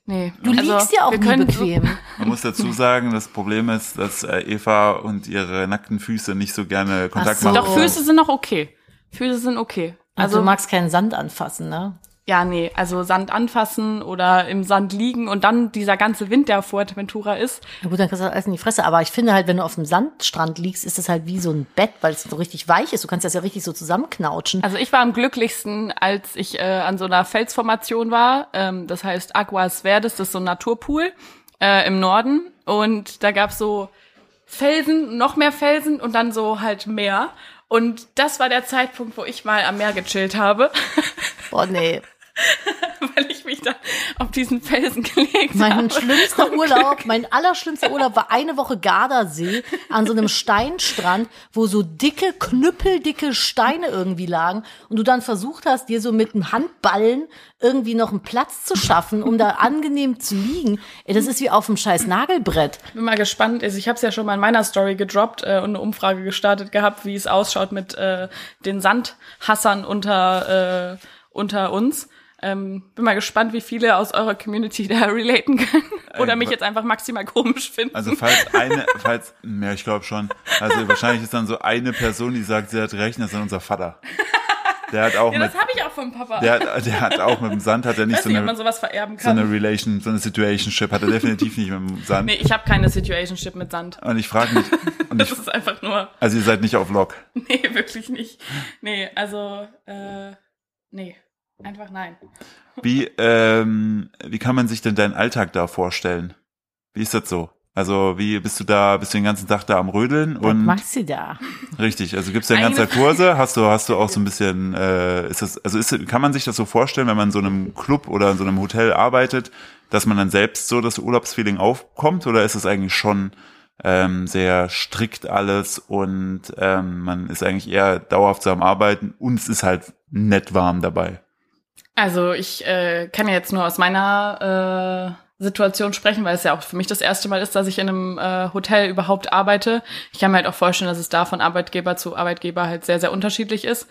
nee. Also,
Du liegst ja auch
wir
nie
können so- Also
bequem.
Man muss
[laughs]
dazu sagen, das Problem ist, dass äh, Eva und ihre nackten Füße nicht so gerne Kontakt
so.
machen.
Doch, Füße sind noch okay. Füße sind okay.
Also,
Also,
du magst keinen Sand anfassen, ne?
ja, nee, also Sand anfassen oder im Sand liegen und dann dieser ganze Wind, der auf Fuerteventura ist.
Na gut, dann kannst du das alles in die Fresse. Aber ich finde halt, wenn du auf dem Sandstrand liegst, ist das halt wie so ein Bett, weil es so richtig weich ist. Du kannst das ja richtig so zusammenknautschen.
Also ich war am glücklichsten, als ich äh, an so einer Felsformation war. Ähm, das heißt Aguas Verdes, das ist so ein Naturpool äh, im Norden. Und da gab's so Felsen, noch mehr Felsen und dann so halt Meer. Und das war der Zeitpunkt, wo ich mal am Meer gechillt habe, Also
Boah, nee.
weil ich mich da auf diesen Felsen [laughs] gelegt habe.
Mein schlimmster Urlaub, mein allerschlimmster Urlaub war eine Woche Gardasee an so einem Steinstrand, wo so dicke, knüppeldicke Steine irgendwie lagen und du dann versucht hast, dir so mit dem Handballen irgendwie noch einen Platz zu schaffen, um da angenehm zu liegen. Ey, das ist wie auf dem scheiß Nagelbrett.
bin mal gespannt. Also ich habe es ja schon mal in meiner Story gedroppt äh, und eine Umfrage gestartet gehabt, wie es ausschaut mit äh, den Sandhassern unter, äh, unter uns. Ähm, bin mal gespannt, wie viele aus eurer Community da [laughs] relaten können oder
Ähm,
mich
wa-
jetzt einfach maximal komisch finden.
Also falls
[laughs]
eine, falls, ja, ich glaube schon. Also wahrscheinlich ist dann so eine Person, die sagt, sie hat recht, das ist dann unser Vater. Der hat auch
ja,
mit,
das habe ich auch vom Papa.
der, hat- der hat auch mit dem Sand, hat er nicht
Weiß
so
nicht, ob man
eine,
sowas vererben
so
kann.
eine Relation, so eine Situationship, hat er definitiv nicht mit dem Sand.
nee, ich habe keine Situationship mit Sand.
Und ich frage mich, und
[laughs] Das
ich,
ist einfach nur,
also ihr seid nicht auf Lock.
nee, wirklich nicht. Nee, also, äh, nee, einfach nein.
Wie, ähm, wie kann man sich denn deinen Alltag da vorstellen? Wie ist das so? Also, wie bist du da, bist du den ganzen Tag da am Rödeln
Was
und
machst du da?
richtig, also gibt's ja den
Eine
ganzen Tag Kurse, hast du, hast du auch so ein bisschen, äh, ist das, also ist, kann man sich das so vorstellen, wenn man in so einem Club oder in so einem Hotel arbeitet, dass man dann selbst so das Urlaubsfeeling aufkommt oder ist es eigentlich schon ähm, sehr strikt alles und ähm, man ist eigentlich eher dauerhaft so am Arbeiten und es ist halt nett warm dabei.
Also ich äh, kann ja jetzt nur aus meiner äh, Situation sprechen, weil es ja auch für mich das erste Mal ist, dass ich in einem äh, Hotel überhaupt arbeite. Ich kann mir halt auch vorstellen, dass es da von Arbeitgeber zu Arbeitgeber halt sehr, sehr unterschiedlich ist.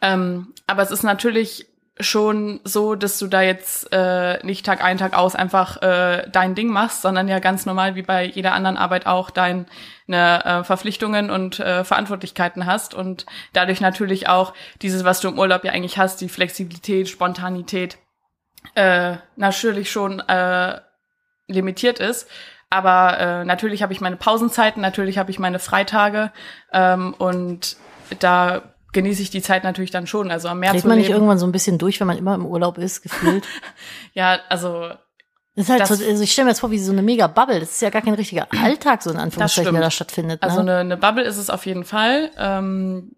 Ähm, aber es ist natürlich schon so, dass du da jetzt äh, nicht Tag ein, Tag aus einfach äh, dein Ding machst, sondern ja ganz normal wie bei jeder anderen Arbeit auch deine äh, Verpflichtungen und äh, Verantwortlichkeiten hast und dadurch natürlich auch dieses, was du im Urlaub ja eigentlich hast, die Flexibilität, Spontanität, äh, natürlich schon äh, limitiert ist. Aber äh, natürlich habe ich meine Pausenzeiten, natürlich habe ich meine Freitage ähm, und da genieße ich die Zeit natürlich dann schon. Also am Meer
Dreht
zu
man nicht
leben.
irgendwann so ein bisschen durch, wenn man immer im Urlaub ist, gefühlt?
Ja, also
Das ist halt
Das-
so, also ich stelle mir das vor, wie so eine mega Bubble. Das ist ja gar kein richtiger Alltag, so in Anführungszeichen, der
stimmt.
da stattfindet. Ne?
Also eine, eine Bubble ist es auf jeden Fall, ähm,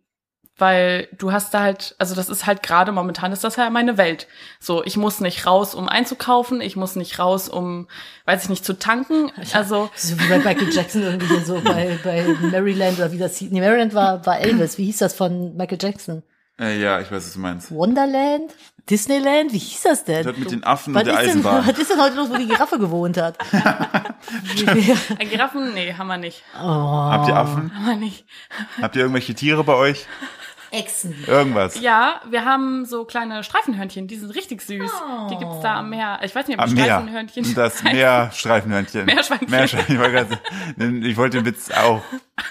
weil du hast da halt, also das ist halt gerade momentan ist das ja meine Welt. So, ich muss nicht raus, um einzukaufen, ich muss nicht raus, um, weiß ich nicht, zu tanken. Also
so wie bei Michael Jackson irgendwie hier so bei, bei Maryland oder wie das hieß. Nee, Maryland war, war Elvis. Wie hieß das von Michael Jackson?
Äh, ja, ich weiß, was du meinst.
Wonderland? Disneyland? Wie hieß das denn?
Das mit den Affen
was,
und der
ist denn,
Eisenbahn.
was ist denn heute los, wo die Giraffe gewohnt hat?
ein Giraffen, nee, haben wir nicht.
Habt ihr Affen?
Haben wir nicht.
Habt ihr irgendwelche Tiere bei euch?
[laughs] Echsen.
Irgendwas.
Ja, wir haben so kleine Streifenhörnchen, die sind richtig süß. Die gibt's da am Meer. Ich weiß nicht, ob
Am
die
Meer.
Streifenhörnchen.
Ah, [laughs] Das Meerstreifenhörnchen.
Meerschweinchen.
Meerschweinchen. Ich, wollte gerade- ich wollte den Witz auch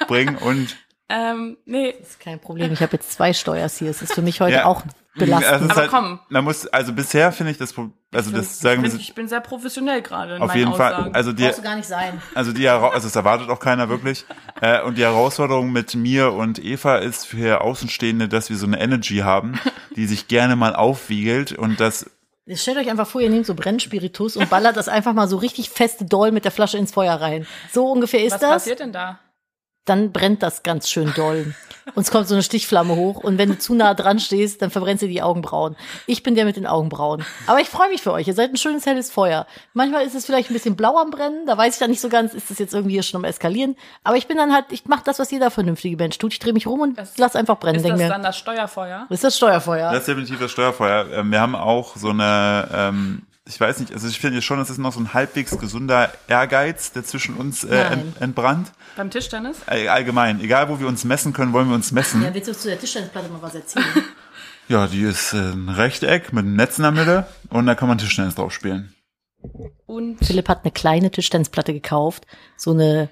bringen und
Ähm, nee,
Das ist kein Problem. Ich habe jetzt zwei Steuers hier. Es ist für mich heute
Ja.
auch
Das ist halt
belastend.
Aber komm.
Man muss, also bisher finde ich das, Pro- also das sagen
ich
wir
bin, ich bin sehr professionell gerade in
auf
meinen
jeden
Aussagen.
Fall. Also die,
Brauchst du gar nicht sein.
also die, Hera- also das erwartet auch keiner
[laughs]
wirklich. Äh, und die Herausforderung mit mir und Eva ist für Außenstehende, dass wir so eine Energy
[laughs]
haben, die sich gerne mal aufwiegelt und das
Stellt euch einfach vor, ihr nehmt so Brennspiritus und ballert das einfach mal so richtig feste Doll mit der Flasche ins Feuer rein. So ungefähr ist
Was
das.
passiert denn da?
dann brennt das ganz schön doll. Und es kommt so eine Stichflamme hoch. Und wenn du zu nah dran stehst, dann verbrennst du die Augenbrauen. Ich bin der mit den Augenbrauen. Aber ich freue mich für euch. Ihr seid ein schönes helles Feuer. Manchmal ist es vielleicht ein bisschen blau am Brennen. Da weiß ich dann nicht so ganz, ist es jetzt irgendwie hier schon am Eskalieren. Aber ich bin dann halt, ich mache das, was jeder vernünftige Mensch tut. Ich drehe mich rum und
Das-
lass einfach brennen.
Ist
Denk
das
mir,
dann das Steuerfeuer?
das ist das Steuerfeuer.
Das ist definitiv das Steuerfeuer. Ähm, Wir haben auch so eine, ähm, ich weiß nicht, also ich finde schon, es ist noch so ein halbwegs gesunder Ehrgeiz, der zwischen uns äh,
Nein.
ent, entbrannt.
Beim Tischtennis?
All- Allgemein, egal wo wir uns messen können, wollen wir uns messen.
ja, willst du zu der Tischtennisplatte mal was erzählen?
Ja, die ist äh, ein Rechteck mit einem Netz in der Mitte und da kann man Tischtennis drauf spielen.
Und
[laughs] Philipp hat eine kleine Tischtennisplatte gekauft. So eine,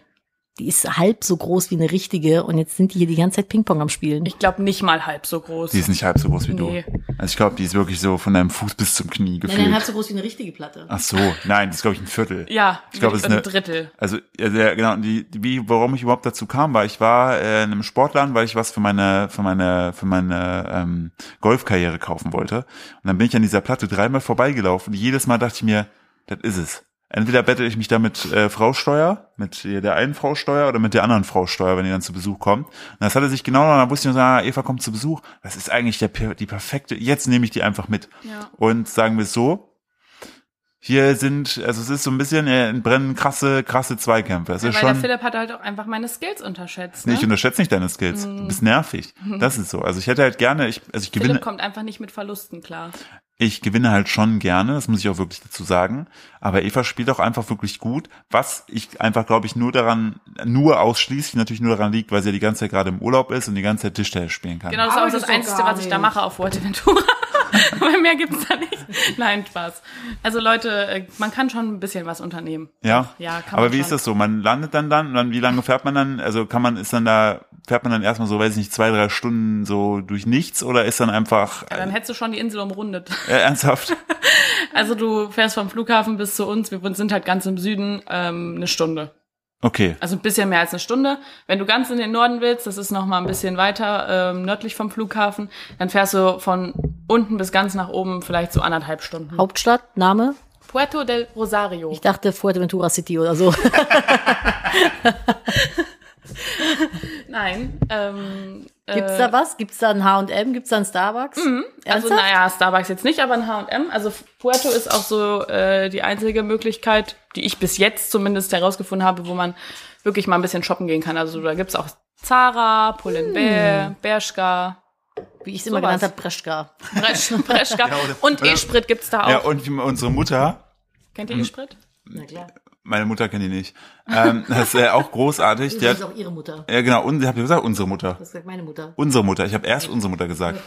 die ist halb so groß wie eine richtige. Und jetzt sind die hier die ganze Zeit Ping-Pong am Spielen.
ich glaube nicht mal halb so groß.
Die ist nicht halb so groß wie
Nee.
du. Also ich glaube, die ist wirklich so von deinem Fuß bis zum Knie gefühlt. Ah.
so groß wie eine richtige Platte.
Ach so, nein, das ist glaube ich ein Viertel.
ja,
ich glaube, es ist
ein
eine,
Drittel.
Also, ja, sehr genau, und die, die, wie, warum ich überhaupt dazu kam, war, ich war äh, in einem Sportladen, weil ich was für meine, für meine, für meine ähm, Golfkarriere kaufen wollte. Und dann bin ich an dieser Platte dreimal vorbeigelaufen und jedes Mal dachte ich mir, das ist es. Entweder bettel ich mich da mit äh, Frau Steuer, mit äh, der einen Frau Steuer oder mit der anderen Frau Steuer, wenn die dann zu Besuch kommt. Und das hatte sich genau, und dann wusste ich, noch, ah, Eva kommt zu Besuch. Das ist eigentlich der, per- die perfekte, jetzt nehme ich die einfach mit.
Ja.
Und sagen wir es so, hier sind, also es ist so ein bisschen, äh, brennen krasse, krasse Zweikämpfe. Es
Ja,
ist
weil der
schon,
Philipp hat halt auch einfach meine Skills unterschätzt.
nee,
Ne? Mhm.
ich unterschätze nicht deine Skills. Du bist nervig. Das ist so. Also ich hätte halt gerne, ich, also ich gewinne,
Philipp kommt einfach nicht mit Verlusten klar.
ich gewinne halt schon gerne, das muss ich auch wirklich dazu sagen. Aber Eva spielt auch einfach wirklich gut, was ich einfach, glaube ich, nur daran, nur ausschließlich natürlich nur daran liegt, weil sie ja die ganze Zeit gerade im Urlaub ist und die ganze Zeit Tischtennis spielen kann.
Genau, das ist auch
Arbeitest
das
doch
Einzige,
gar
was ich da
nicht.
mache auf Fuerteventura. [laughs] Aber mehr gibt's da nicht. Nein, Spaß. Also Leute, äh, man kann schon ein bisschen was unternehmen.
Ja.
Ja, kann
Aber
man
wie
schon.
ist das so? Man landet dann dann und dann wie lange fährt man dann? Also kann man ist dann da fährt man dann erstmal so weiß ich nicht zwei drei Stunden so durch nichts oder ist dann einfach
Ja, dann hättest du schon die Insel umrundet.
äh,
[laughs]
ernsthaft?
Also du fährst vom Flughafen bis zu uns. Wir sind halt ganz im Süden ähm, eine Stunde.
Okay.
Also ein bisschen mehr als eine Stunde. Wenn du ganz in den Norden willst, das ist noch mal ein bisschen weiter ähm, nördlich vom Flughafen, dann fährst du von unten bis ganz nach oben vielleicht so anderthalb Stunden.
Hauptstadt, Name?
Puerto del Rosario.
Ich dachte Fuerteventura City oder so.
Nein. Ähm,
[laughs] Gibt's da was? Gibt's da ein H&M? Gibt's da ein Starbucks?
Also
Ernsthaft?
naja, Starbucks jetzt nicht, aber ein H&M. Also Puerto ist auch so äh, die einzige Möglichkeit, die ich bis jetzt zumindest herausgefunden habe, wo man wirklich mal ein bisschen shoppen gehen kann. Also da gibt's auch Zara, Pull&Bear, Bershka,
Wie ich es immer
sowas.
genannt habe, Breschka.
Bresch, Breschka
Ja, oder-
und
oder-
E-Sprit gibt's da auch.
Ja und Mhm. wie- unsere Mutter,
Kennt ihr E-Sprit?
Na klar.
meine Mutter kennt die nicht. Ähm, das ist äh, auch großartig. Die
Das ist
hat,
auch ihre Mutter.
ja genau. Und ich habe gesagt unsere Mutter.
Das sagt meine Mutter.
Unsere Mutter. Ich habe erst unsere Mutter gesagt.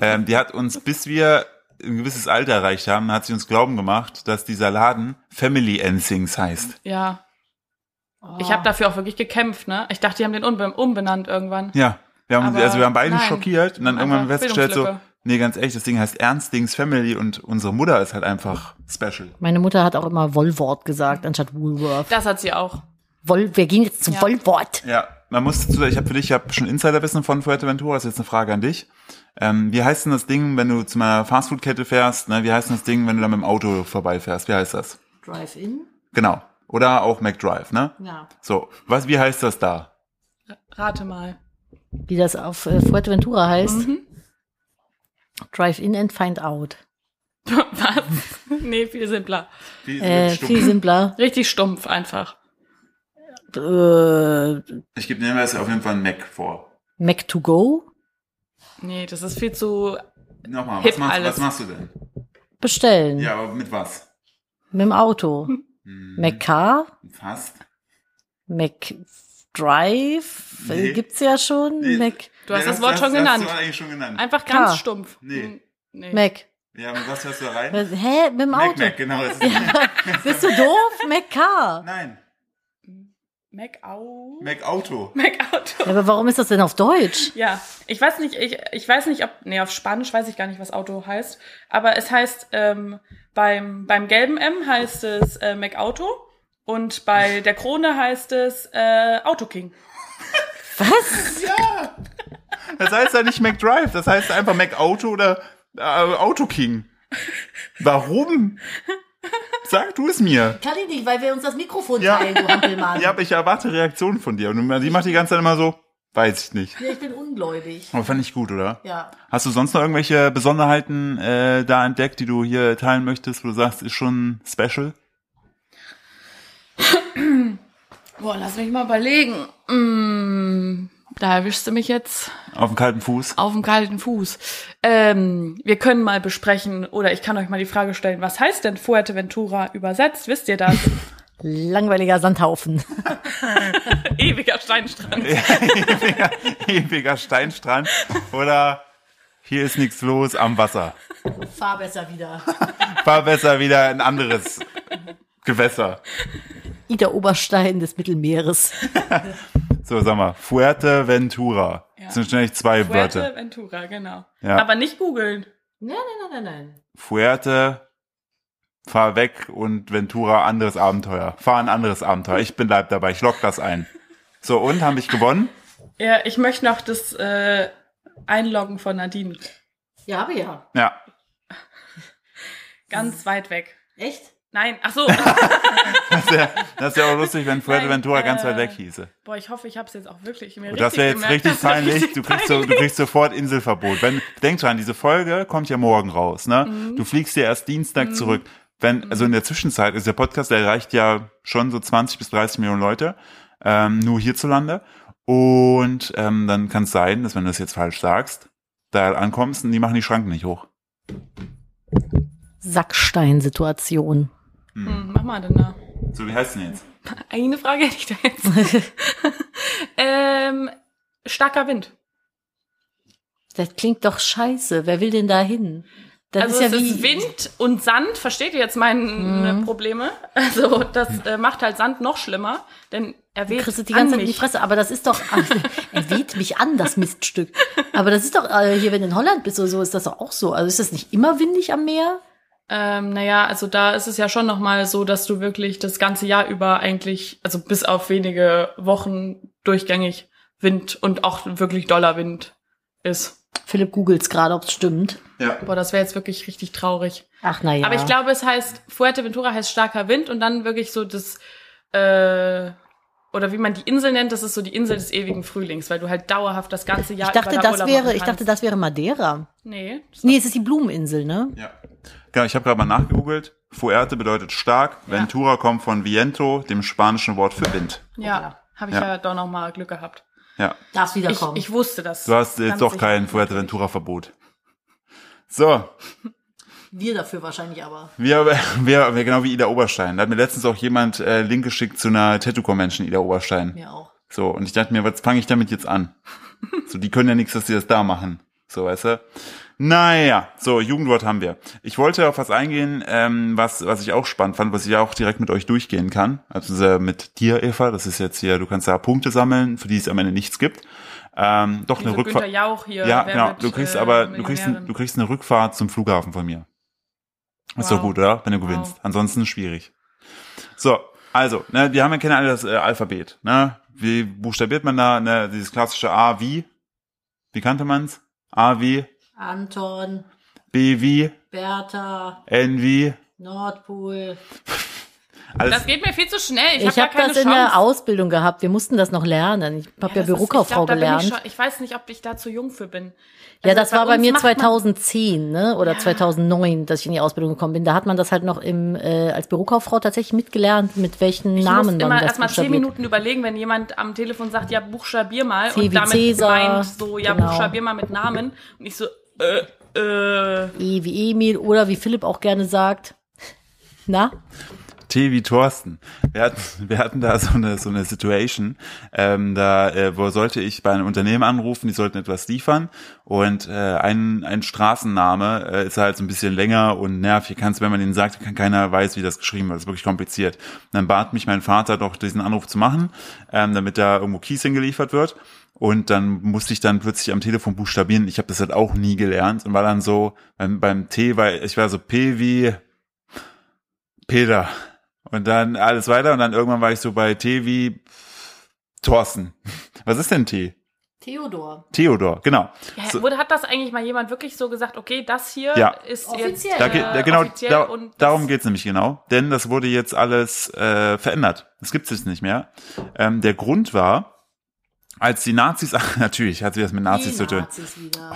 Ähm, die hat uns, bis wir ein gewisses Alter erreicht haben, hat sie uns glauben gemacht, dass dieser Laden Family Ensings heißt.
Ja. Ich habe dafür auch wirklich gekämpft, ne? Ich dachte, die haben den unbe umbenannt irgendwann.
Ja. Wir haben,
Aber
also wir haben beide
nein.
schockiert und dann
Einfach
irgendwann festgestellt so,
Bildungslücke.
nee, ganz ehrlich, das Ding heißt Ernstings Family und unsere Mutter ist halt einfach special.
Meine Mutter hat auch immer Wollwort gesagt, anstatt Woolworth.
Das hat sie auch.
Woll, wir gehen jetzt zu
Ja.
Wollwort.
Ja, man muss dazu sagen, ich habe für dich, ich habe schon Insiderwissen von Fuerteventura, ist jetzt eine Frage an dich. Ähm, wie heißt denn das Ding, wenn du zu meiner Fastfood-Kette fährst, ne? wie heißt denn das Ding, wenn du da mit dem Auto vorbeifährst, wie heißt das?
Drive-in?
Genau. Oder auch McDrive, ne?
Ja.
So, was, wie heißt das da?
Rate mal. [laughs]
Wie das auf äh, Fuerteventura heißt. Drive-in and find out.
Was? nee, viel simpler.
Wie,
Äh, viel simpler.
Richtig stumpf einfach.
Äh,
ich gebe nehmen wir es auf jeden Fall ein Mac vor.
Mac to go?
Nee, das ist viel zu
Nochmal,
Hip machst- alles. was machst
du denn?
Bestellen.
aber mit was? Hm,
Mit dem Auto.
Mhm.
Mac car?
Fast.
Mac drive?
Nee.
Äh, Gibt's ja schon.
Nee.
Mac.
Du hast das Wort schon genannt.
Hast du eigentlich schon genannt.
Einfach ganz
K.
stumpf.
Nee.
Hm, nee.
Mac.
ja, mit was hörst du da rein?
Was- Hä? Mit dem
Mac,
Auto?
Mac, genau. Das ist
Bist du doof? Mac car.
Nein,
Mac Au.
Mac Auto.
Mac Auto. [laughs]
Ja, aber warum ist das denn auf Deutsch?
Ja, ich weiß nicht, ich, ich weiß nicht, ob, nee, auf Spanisch weiß ich gar nicht, was Auto heißt. Aber es heißt, ähm, beim, beim gelben M heißt es äh, Mac Auto
[laughs]
und bei der Krone heißt es äh, Auto King.
Was?
Das heißt ja nicht Mac Drive, das heißt einfach Mac Auto oder äh, Auto King. Warum? Sag du es mir.
Kann ich nicht, weil wir uns das Mikrofon
Ja.
teilen, du Hampelmann.
Ja, aber ich erwarte Reaktionen von dir. Und die macht die ganze Zeit immer so, weiß ich nicht.
Ja, ich bin ungläubig.
Aber fand ich gut, oder?
Ja.
Hast du sonst noch irgendwelche Besonderheiten äh, da entdeckt, die du hier teilen möchtest, wo du sagst, ist schon special?
Boah, lass mich mal überlegen. Mm, da erwischst du mich jetzt
Auf dem kalten Fuß?
auf dem kalten Fuß. Ähm, wir können mal besprechen oder ich kann euch mal die Frage stellen, was heißt denn Fuerteventura übersetzt? Wisst ihr das?
Langweiliger Sandhaufen.
[laughs] Ewiger Steinstrand.
Ewiger Steinstrand oder hier ist nichts los am Wasser.
Fahr besser wieder.
Fahr besser wieder ein anderes Gewässer.
Ida Oberstein des Mittelmeeres.
So, sag mal, Fuerteventura.
Ja.
Das sind schnell zwei Wörter.
Fuerteventura, genau.
Ja.
Aber nicht googeln.
Nein, nein, nein, nein, nein.
Fuerte, fahr weg und Ventura, anderes Abenteuer. Fahr ein anderes Abenteuer. Ich bin live dabei, ich lock das ein. So, und, habe ich gewonnen?
Ja, ich möchte noch das äh, Einloggen von Nadine.
Ja, aber ja.
Ja.
Ganz weit weg.
Echt?
Nein, ach
[laughs]
so.
Das wäre das wär auch lustig, wenn Fuerteventura
Nein,
ganz weit
äh,
weg hieße.
Boah, ich hoffe, ich habe es jetzt auch wirklich mir
Und Oh, das wäre jetzt
gemerkt.
richtig
[laughs] Das wär
peinlich.
richtig
Du kriegst, so, du kriegst sofort Inselverbot. Wenn, denk dran, diese Folge kommt ja morgen raus, ne? Du fliegst ja erst Dienstag zurück. Wenn, also in der Zwischenzeit, also der Podcast der erreicht ja schon so 20 bis 30 Millionen Leute, ähm, nur hierzulande. Und ähm, dann kann es sein, dass wenn du das jetzt falsch sagst, da ankommst und die machen die Schranken nicht hoch.
Sackstein-Situation. [laughs]
Hm, mach mal denn da.
So, wie heißt denn jetzt?
Eine Frage hätte ich da
[laughs]
jetzt. ähm, starker Wind.
Das klingt doch scheiße. Wer will denn da hin? Das
also
ist ja
es
wie Mhm.
ist Wind und Sand, versteht ihr jetzt meine Probleme? [laughs] Also das
Hm.
äh, macht halt Sand noch schlimmer, denn er weht
Kriegst du die
an
ganze Zeit in die
mich.
Fresse, aber das ist
[laughs]
doch, also, er weht mich an, das Miststück. Aber das ist doch, äh, hier, wenn du in Holland bist oder so, ist das doch auch so. Also ist das nicht immer windig am Meer?
Ähm, naja, also da ist es ja schon nochmal so, dass du wirklich das ganze Jahr über eigentlich, also bis auf wenige Wochen durchgängig Wind und auch wirklich doller Wind ist.
Philipp googelt's gerade, ob's stimmt.
Ja.
Boah, das wäre jetzt wirklich richtig traurig.
Ach, na ja.
Aber ich glaube, es heißt, Fuerteventura heißt starker Wind und dann wirklich so das, äh, oder wie man die Insel nennt, das ist so die Insel des ewigen Frühlings, weil du halt dauerhaft das ganze Jahr
ich dachte,
über da
das
Urlaub
wäre,
machen
ich
kannst.
dachte, das wäre Madeira.
Nee, das
Nee, es ist die Blumeninsel, ne?
Ja. Genau, ich habe gerade mal nachgegoogelt. Fuerte bedeutet stark. Ventura kommt von Viento, dem spanischen Wort für Wind.
ja, habe ich
Ja.
ja, doch noch mal Glück gehabt.
Ja.
Darf's
Ich, ich wusste das.
Du hast jetzt
Ganz
doch
sicher.
kein Fuerteventura-Verbot. So,
Wir dafür wahrscheinlich aber.
wir, wir, wir genau wie Ida Oberstein. Da hat mir letztens auch jemand äh, Link geschickt zu einer Tattoo-Convention, Ida Oberstein.
Mir auch.
So, und ich dachte mir, was fange ich damit jetzt
[laughs]
an? So, die können ja nichts, dass die das da machen. So, weißt du? Naja, so, Jugendwort haben wir. Ich wollte auf was eingehen, ähm, was, was ich auch spannend fand, was ich auch direkt mit euch durchgehen kann. Also äh, mit dir, Eva, das ist jetzt hier, du kannst da Punkte sammeln, für die es am Ende nichts gibt. Ähm, doch,
Wie
eine
so Günter
Rückfahrt.
Jauch hier.
Ja,
wer
genau.
wird,
Du kriegst
äh,
aber, du kriegst,
Millionärin?
du kriegst eine Rückfahrt zum Flughafen von mir. Ist doch
Wow.
gut, oder? Wenn du gewinnst.
Wow.
Ansonsten schwierig. So, also, ne, wir haben ja kennen alle das äh, Alphabet, ne? Wie buchstabiert man da, ne, dieses klassische A wie? Wie kannte man's? A wie,
Anton,
B wie,
Bertha,
N wie,
Nordpol.
alles.
Das geht mir viel zu schnell. Ich,
Ich, hab
habe hab
habe
da keine
das in
Chance.
der Ausbildung gehabt. Wir mussten das noch lernen. Ich habe ja,
das ist-
Bürokauffrau
ich glaub, da bin
gelernt.
Ich, schon, ich weiß nicht, ob ich da zu jung für bin.
Ja,
Also
das war bei
uns
mir
macht man-
2010 ne? oder 2009, dass ich in die Ausbildung gekommen bin. Da hat man das halt noch im, äh, als Bürokauffrau tatsächlich mitgelernt, mit welchen
Ich
Namen
muss immer
man das
erstmal zehn
buchstabiert.
Minuten überlegen, wenn jemand am Telefon sagt, ja, buchstabier mal
C wie
und damit
Cäsar,
meint so, ja,
genau.
buchstabier mal mit Namen. Und ich so, äh, äh,
E wie Emil oder wie Philipp auch gerne sagt. Na?
T wie Thorsten. Wir hatten, [laughs] wir hatten da so eine, so eine Situation, ähm, da äh, wo sollte ich bei einem Unternehmen anrufen, die sollten etwas liefern und äh, ein, ein Straßenname äh, ist halt so ein bisschen länger und nervig. Kannst, wenn man den sagt, kann keiner weiß, wie das geschrieben wird. Das ist wirklich kompliziert. Und dann bat mich mein Vater doch, diesen Anruf zu machen, ähm, damit da irgendwo Kies hingeliefert wird. Und dann musste ich dann plötzlich am Telefon buchstabieren. Ich habe das halt auch nie gelernt und war dann so beim, beim T, weil ich war so P wie Peter. Und dann alles [laughs] weiter und dann irgendwann war ich so bei T wie Thorsten. Was ist denn T?
Theodor.
Theodor, genau.
Ja,
So,
wurde, hat das eigentlich mal jemand wirklich so gesagt, okay, das hier
Ja.
ist
Offiziell.
jetzt
da
Da
äh,
geht, da, genau,
offiziell
da,
und das-
darum geht's nämlich genau. Denn das wurde jetzt alles äh, verändert. Das gibt's jetzt nicht mehr. Ähm, der Grund war, als die Nazis, [laughs] ach, natürlich hat sie das mit Nazis
Die
zu tun.
Nazis wieder.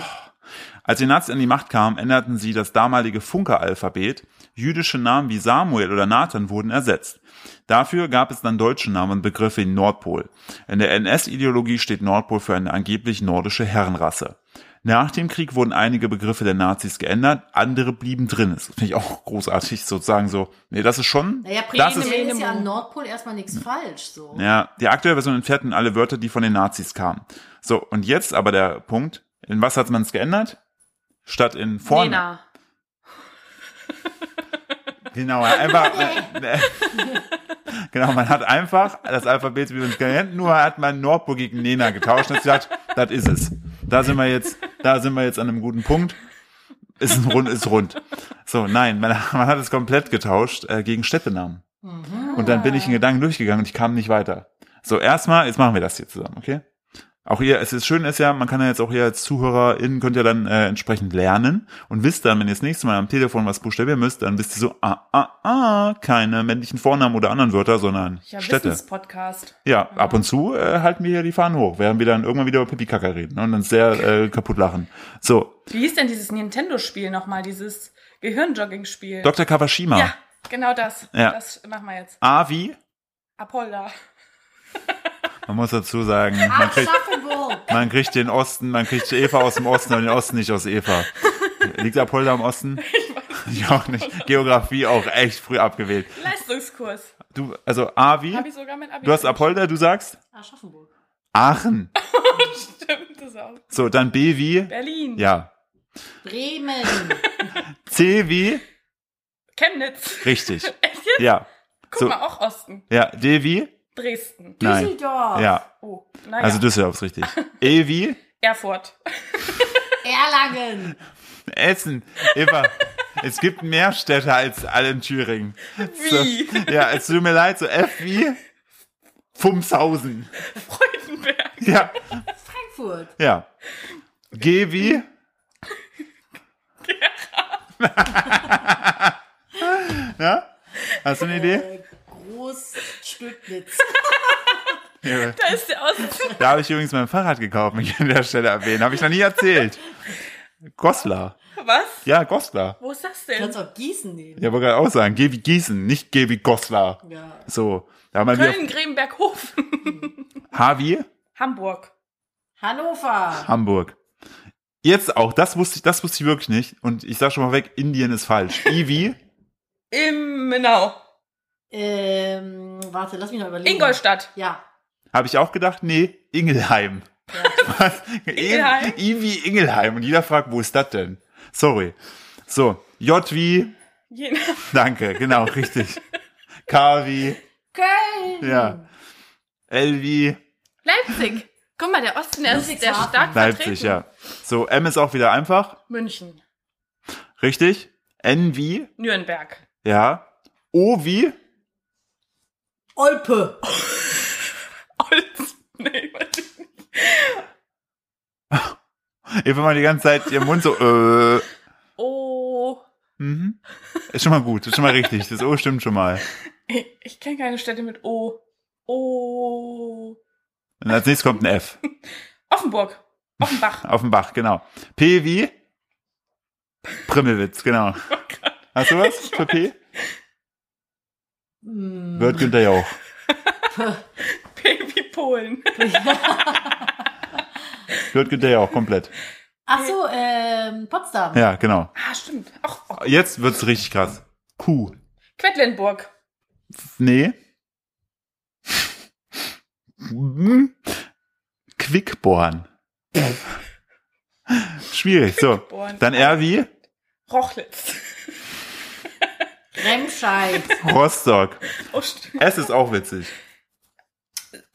Als die Nazis an die Macht kamen, änderten sie das damalige Funkeralphabet. Jüdische Namen wie Samuel oder Nathan wurden ersetzt. Dafür gab es dann deutsche Namen und Begriffe wie Nordpol. In der NS-Ideologie steht Nordpol für eine angeblich nordische Herrenrasse. Nach dem Krieg wurden einige Begriffe der Nazis geändert, andere blieben drin. Das finde ich auch großartig, sozusagen so. Nee, das ist schon.
Naja,
das ist,
prinzipiell ist ja am Nordpol erstmal nichts falsch. So.
ja, die aktuelle Version entfährten alle Wörter, die von den Nazis kamen. So, und jetzt aber der Punkt. In was hat man es geändert? Statt in vorne.
Nena.
Genau, einfach. [laughs] äh, äh, genau, man hat einfach das Alphabet, wie wir es kennen, nur hat man Nordpol gegen Nena getauscht und hat gesagt, das ist es. Da sind wir jetzt, da sind wir jetzt an einem guten Punkt. Ist ein rund, ist rund. So, nein, man, man hat es komplett getauscht äh, gegen Städtenamen.
Mhm.
Und dann bin ich in Gedanken durchgegangen und ich kam nicht weiter. So, erstmal, jetzt machen wir das hier zusammen, okay? Auch ihr, es ist schön, ist ja, man kann ja jetzt auch hier als ZuhörerInnen könnt ihr dann äh, entsprechend lernen und wisst dann, wenn ihr das nächste Mal am Telefon was buchstabieren müsst, dann wisst ihr so, ah, ah, ah, keine männlichen Vornamen oder anderen Wörter, sondern
Ja,
Städte.
Wissenspodcast.
Ja, ab und zu äh, halten wir hier die Fahnen hoch, während wir dann irgendwann wieder über Pipi-Kacker reden ne, und dann sehr äh, kaputt lachen. So,
Wie hieß denn dieses Nintendo-Spiel nochmal, dieses Gehirnjogging-Spiel?
Dr. Kawashima.
Ja, genau das.
Ja.
Das machen wir jetzt.
A wie?
Apolda.
Man muss dazu sagen, man kriegt,
Ah, Aschaffenburg.
man kriegt den Osten, man kriegt Eva aus dem Osten und den Osten nicht aus Eva. Liegt Apolda am Osten? Ich auch nicht. Geografie auch echt früh abgewählt.
Leistungskurs.
Du, also A wie?
Hab ich sogar mit Abi.
Du hast Apolda, du sagst
Aschaffenburg.
Aachen.
[laughs] Stimmt, das auch.
So, dann B wie?
Berlin.
Ja.
Bremen.
C wie?
Chemnitz.
Richtig.
Echt jetzt?
Ja.
Guck
So.
mal, auch Osten.
Ja, D wie?
Dresden.
[laughs] Nein.
Düsseldorf.
Ja.
Oh, naja.
Also Düsseldorf ist richtig. E wie?
Erfurt. [laughs]
Erlangen.
Essen. Eva. Es gibt mehr Städte als alle in Thüringen. So,
Wie?
ja, es tut mir leid, so F wie? Fumshausen.
Freudenberg.
Ja,
Frankfurt.
ja. G wie? [laughs] ja? Hast du eine Idee?
Äh,
[laughs]
Großstüttnitz.
Ja.
Da ist der Osten.
Da habe ich übrigens mein Fahrrad gekauft, mich an der Stelle erwähnen. Habe ich noch nie erzählt. Goslar.
Was?
Ja, Goslar.
Wo ist das
Du
denn?
kannst auch Gießen nehmen.
Ja, wollte gerade auch sagen. Geh wie Gießen, nicht geh wie Goslar.
Ja.
So. Da haben wir wieder
Köln, Grebenberg, Hofen.
H wie
[laughs] Hamburg.
Hannover.
Hamburg. Jetzt auch, das wusste ich, das wusste ich wirklich nicht. Und ich sag schon mal weg, Indien ist
[laughs]
falsch. I wie?
Immenau.
Ähm, warte, lass mich noch überlegen.
Ingolstadt.
Ja.
Habe ich auch gedacht, nee, Ingelheim. Was?
Ingelheim?
I, I wie Ingelheim. Und jeder fragt, wo ist das denn? Sorry. So, J wie,
Jena. [laughs]
danke, genau, richtig. K wie,
Köln.
ja. L wie,
Leipzig. Guck mal, der Osten der ist sehr
Ludwigshafen.
stark
Leipzig,
vertreten.
ja. So, M ist auch wieder einfach,
München.
richtig. N wie,
Nürnberg.
ja. O wie,
Olpe.
Olz. Nee, weiß ich nicht.
Eva mal die ganze Zeit ihren Mund so, äh,
Oh.
mhm. Ist schon mal gut, ist schon mal richtig. Das O stimmt schon mal.
Ich, ich kenne keine Städte mit O. O.
Und als nächstes kommt ein F.
Offenburg.
[laughs]
Offenbach.
Auf dem Bach, genau. P wie? Primmelwitz, genau. Hast du was für P?
Hm.
Wird Günther Jauch.
Baby Polen.
Wird Günther Jauch, komplett.
Ach so, ähm, Potsdam.
Ja, genau.
Ah, stimmt. Auch oh.
Jetzt wird's richtig krass. Q.
Quedlinburg.
Nee. Hm. Quickborn. Schwierig, so.
Born.
Dann R wie?
Rochlitz.
Remscheid.
Rostock.
Oh, stimmt.
S ist auch witzig.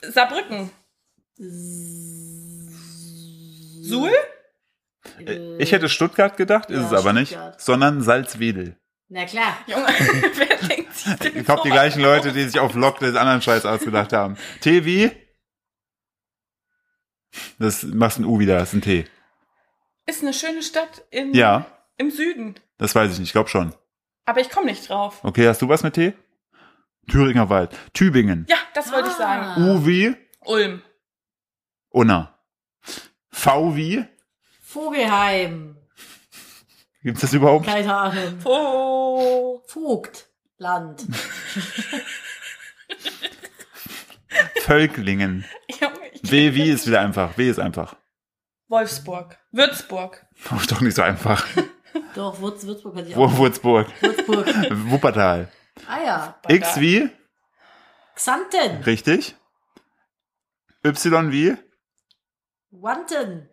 Saarbrücken. Suhl?
Äh,
Ich hätte Stuttgart gedacht, ist
Ja,
es aber nicht,
Stuttgart.
sondern Salzwedel.
Na klar.
Junge, [laughs] wer denkt sich denn
Ich glaube, die
sowas
gleichen
aus?
Leute, die sich auf Lock des anderen Scheiß ausgedacht haben. T wie? Das machst ein U wieder, das ist ein T.
Ist eine schöne Stadt in,
Ja,
im Süden.
das weiß ich nicht, ich glaube schon.
Aber ich komme nicht drauf.
Okay, hast du was mit T? Thüringer Wald. Tübingen.
Ja, das wollte ich sagen.
U wie
Ulm.
Unna. V wie?
Vogelheim.
Gibt's das überhaupt?
Keine Ahnung.
Oh.
Vogtland.
Völklingen.
[laughs] Junge, ich-
W wie ist wieder einfach. W ist einfach. [laughs]
Wolfsburg. Würzburg.
Oh, ist doch nicht so einfach.
Doch, Würz, Würzburg hat sich auch.
Wur- Würzburg.
Würzburg.
Wuppertal.
Ah ja.
X wie?
Xanten.
Richtig. Y wie?
Wanten.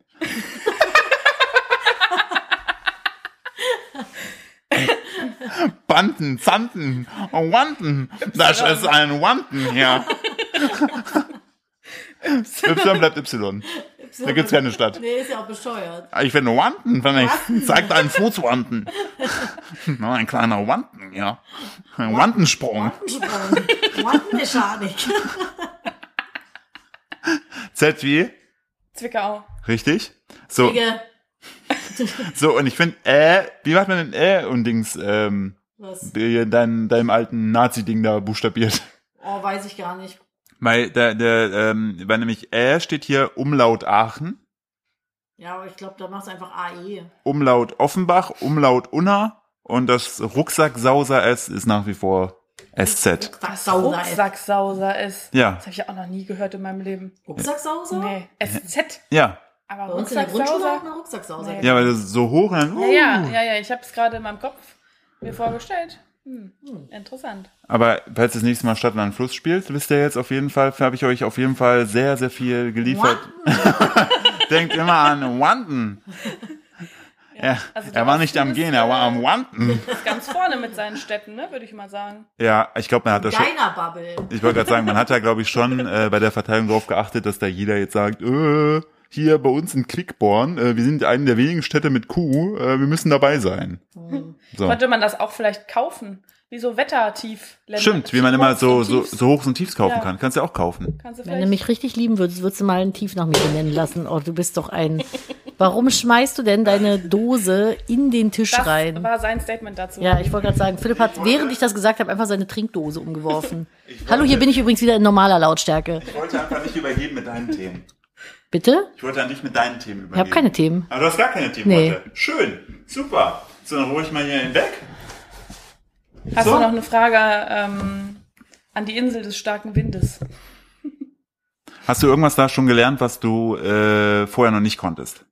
Banten, Zanten, Wanten. Das ist ein Wanten hier. Y bleibt Y. Da gibt's keine Stadt.
Nee, ist ja auch bescheuert.
Ich bin Wanten, wenn ich zeigt einen Fußwanten. Na, ein kleiner Wanten, ja. Ein Wantensprung.
Wantenmechanik.
[laughs] Z wie?
Zwickau.
Richtig? So,
Digga,
so und ich finde, äh, wie macht man denn äh und Dings, ähm,
Was?
die- dein, deinem alten Nazi-Ding da buchstabiert?
Oh, weiß ich gar nicht.
Weil der, der, ähm, weil nämlich äh steht hier Umlaut Aachen.
Ja, aber ich glaube, da machst du einfach E. AE.
Umlaut Offenbach, Umlaut Unna und das Rucksacksauser S ist nach wie vor SZ.
Rucksacksauser. Rucksack.
Rucksacksauser ist.
Ja.
Das habe ich ja auch noch nie gehört in meinem Leben.
Rucksacksauser?
Nee. SZ.
Ja,
Bei
Aber
uns in der Grundschule hat
Rucksacksauser.
man Rucksacksauser.
Nee.
ja, weil das ist so hoch und dann, uh.
Ja, ja, ja, ja. Ich habe es gerade in meinem Kopf mir vorgestellt. Hm. Interessant.
Aber falls das nächste Mal Stadtland Fluss spielt, wisst ihr jetzt auf jeden Fall, habe ich euch auf jeden Fall sehr, sehr viel geliefert. [laughs] Denkt immer an Wanten. Ja,
also
er
der
war nicht am
Osten ist,
Gehen, er war
äh,
am Wanten.
Ist ganz vorne mit seinen Städten, ne? Würde ich mal sagen.
Ja, ich glaube, man hat da schon.
Deiner Bubble.
Ich wollte gerade sagen, man hat da, glaube ich, schon äh, bei der Verteilung darauf geachtet, dass da jeder jetzt sagt, äh, hier bei uns in Quickborn, äh, wir sind eine der wenigen Städte mit Kuh, äh, wir müssen dabei sein. So.
Konnte man das auch vielleicht kaufen? Wie so Wettertief.
Stimmt, wie man immer so, so, so Hochs und Tiefs kaufen
Ja.
kann. Kannst du auch kaufen.
Kannst du
Wenn du
vielleicht
mich richtig lieben würdest, würdest du mal einen Tief nach mir benennen lassen. Oh, du bist doch
[laughs]
ein. Warum schmeißt du denn deine Dose in den Tisch
das
rein?
war sein Statement dazu.
Ja, ich wollte gerade sagen, Philipp hat, während ich das gesagt habe, einfach seine
[laughs]
Trinkdose umgeworfen. Hallo, hier bin ich übrigens wieder in normaler Lautstärke.
Ich wollte einfach nicht überheben mit deinen Themen.
Bitte?
Ich wollte an dich mit deinen Themen übergeben.
Ich habe keine Themen.
Aber du hast gar keine Themen
Nee.
heute. Schön, super. So, dann hole ich mal hier hinweg.
Hast
So.
du noch eine Frage ähm, an die Insel des starken Windes?
Hast du irgendwas da schon gelernt, was du äh, vorher noch nicht konntest?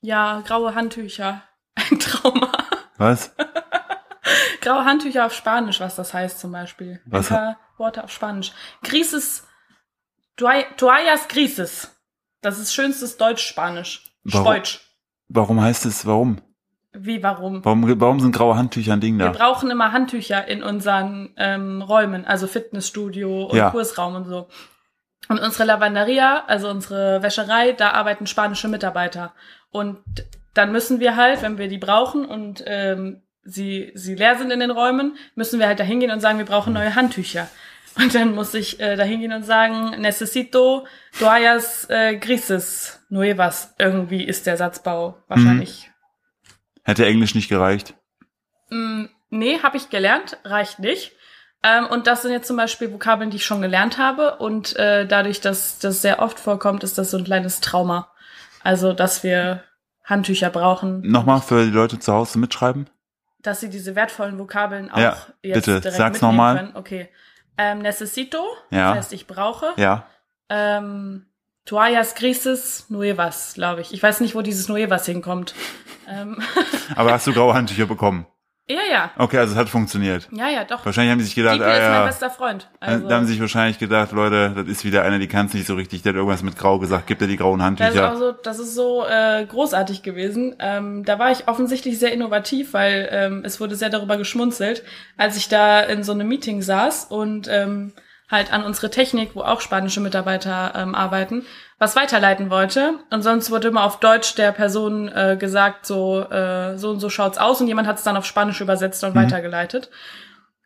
Ja, graue Handtücher. [laughs] Ein Trauma.
Was?
Graue Handtücher auf Spanisch, was das heißt zum Beispiel.
Was-
Ein paar Worte auf Spanisch. Grises, Toa- Toallas Grises. Das ist schönstes Deutsch-Spanisch.
Warum?
Speutsch.
Warum heißt es, warum?
Wie, warum?
Warum, warum sind graue Handtücher ein Ding
Wir
da?
brauchen immer Handtücher in unseren ähm, Räumen, also Fitnessstudio und
Ja.
Kursraum und so. Und unsere Lavanderia, also unsere Wäscherei, da arbeiten spanische Mitarbeiter. Und dann müssen wir halt, wenn wir die brauchen und ähm, sie, sie leer sind in den Räumen, müssen wir halt da hingehen und sagen, wir brauchen neue Handtücher. Und dann muss ich äh, da hingehen und sagen, necesito toallas äh, grises nuevas. Irgendwie ist der Satzbau wahrscheinlich
Hätte Englisch nicht gereicht.
Mm, nee, habe ich gelernt, reicht nicht. Ähm, und das sind jetzt zum Beispiel Vokabeln, die ich schon gelernt habe. Und äh, dadurch, dass das sehr oft vorkommt, ist das so ein kleines Trauma. Also, dass wir Handtücher brauchen,
Nochmal für die Leute zu Hause mitschreiben.
dass sie diese wertvollen Vokabeln auch
Ja,
jetzt
bitte,
direkt
sag's
mitnehmen
nochmal.
können. Okay. Ähm, necesito,
Ja.
das heißt, ich brauche.
Ja.
Ähm, Toallas Grises Nuevas, glaube ich. Ich weiß nicht, wo dieses Nuevas hinkommt. ähm, [laughs]
Aber hast du graue Handtücher bekommen?
ja, ja.
Okay, also es hat funktioniert.
Ja, ja, doch.
Wahrscheinlich haben die sich gedacht,
Dieter
ah,
ist mein
ja.
bester Freund.
Also, da haben sie sich wahrscheinlich gedacht, Leute, das ist wieder einer, die kann es nicht so richtig. Der hat irgendwas mit grau gesagt, gibt er die grauen
Das ist, auch
Handtücher.
so, das ist so äh, großartig gewesen. Ähm, da war ich offensichtlich sehr innovativ, weil ähm, es wurde sehr darüber geschmunzelt, als ich da in so einem Meeting saß und ähm, halt an unsere Technik, wo auch spanische Mitarbeiter ähm, arbeiten, was weiterleiten wollte. Und sonst wurde immer auf Deutsch der Person äh,
Mhm.
gesagt, so, äh, so und so schaut's aus und jemand hat es dann auf Spanisch übersetzt und weitergeleitet.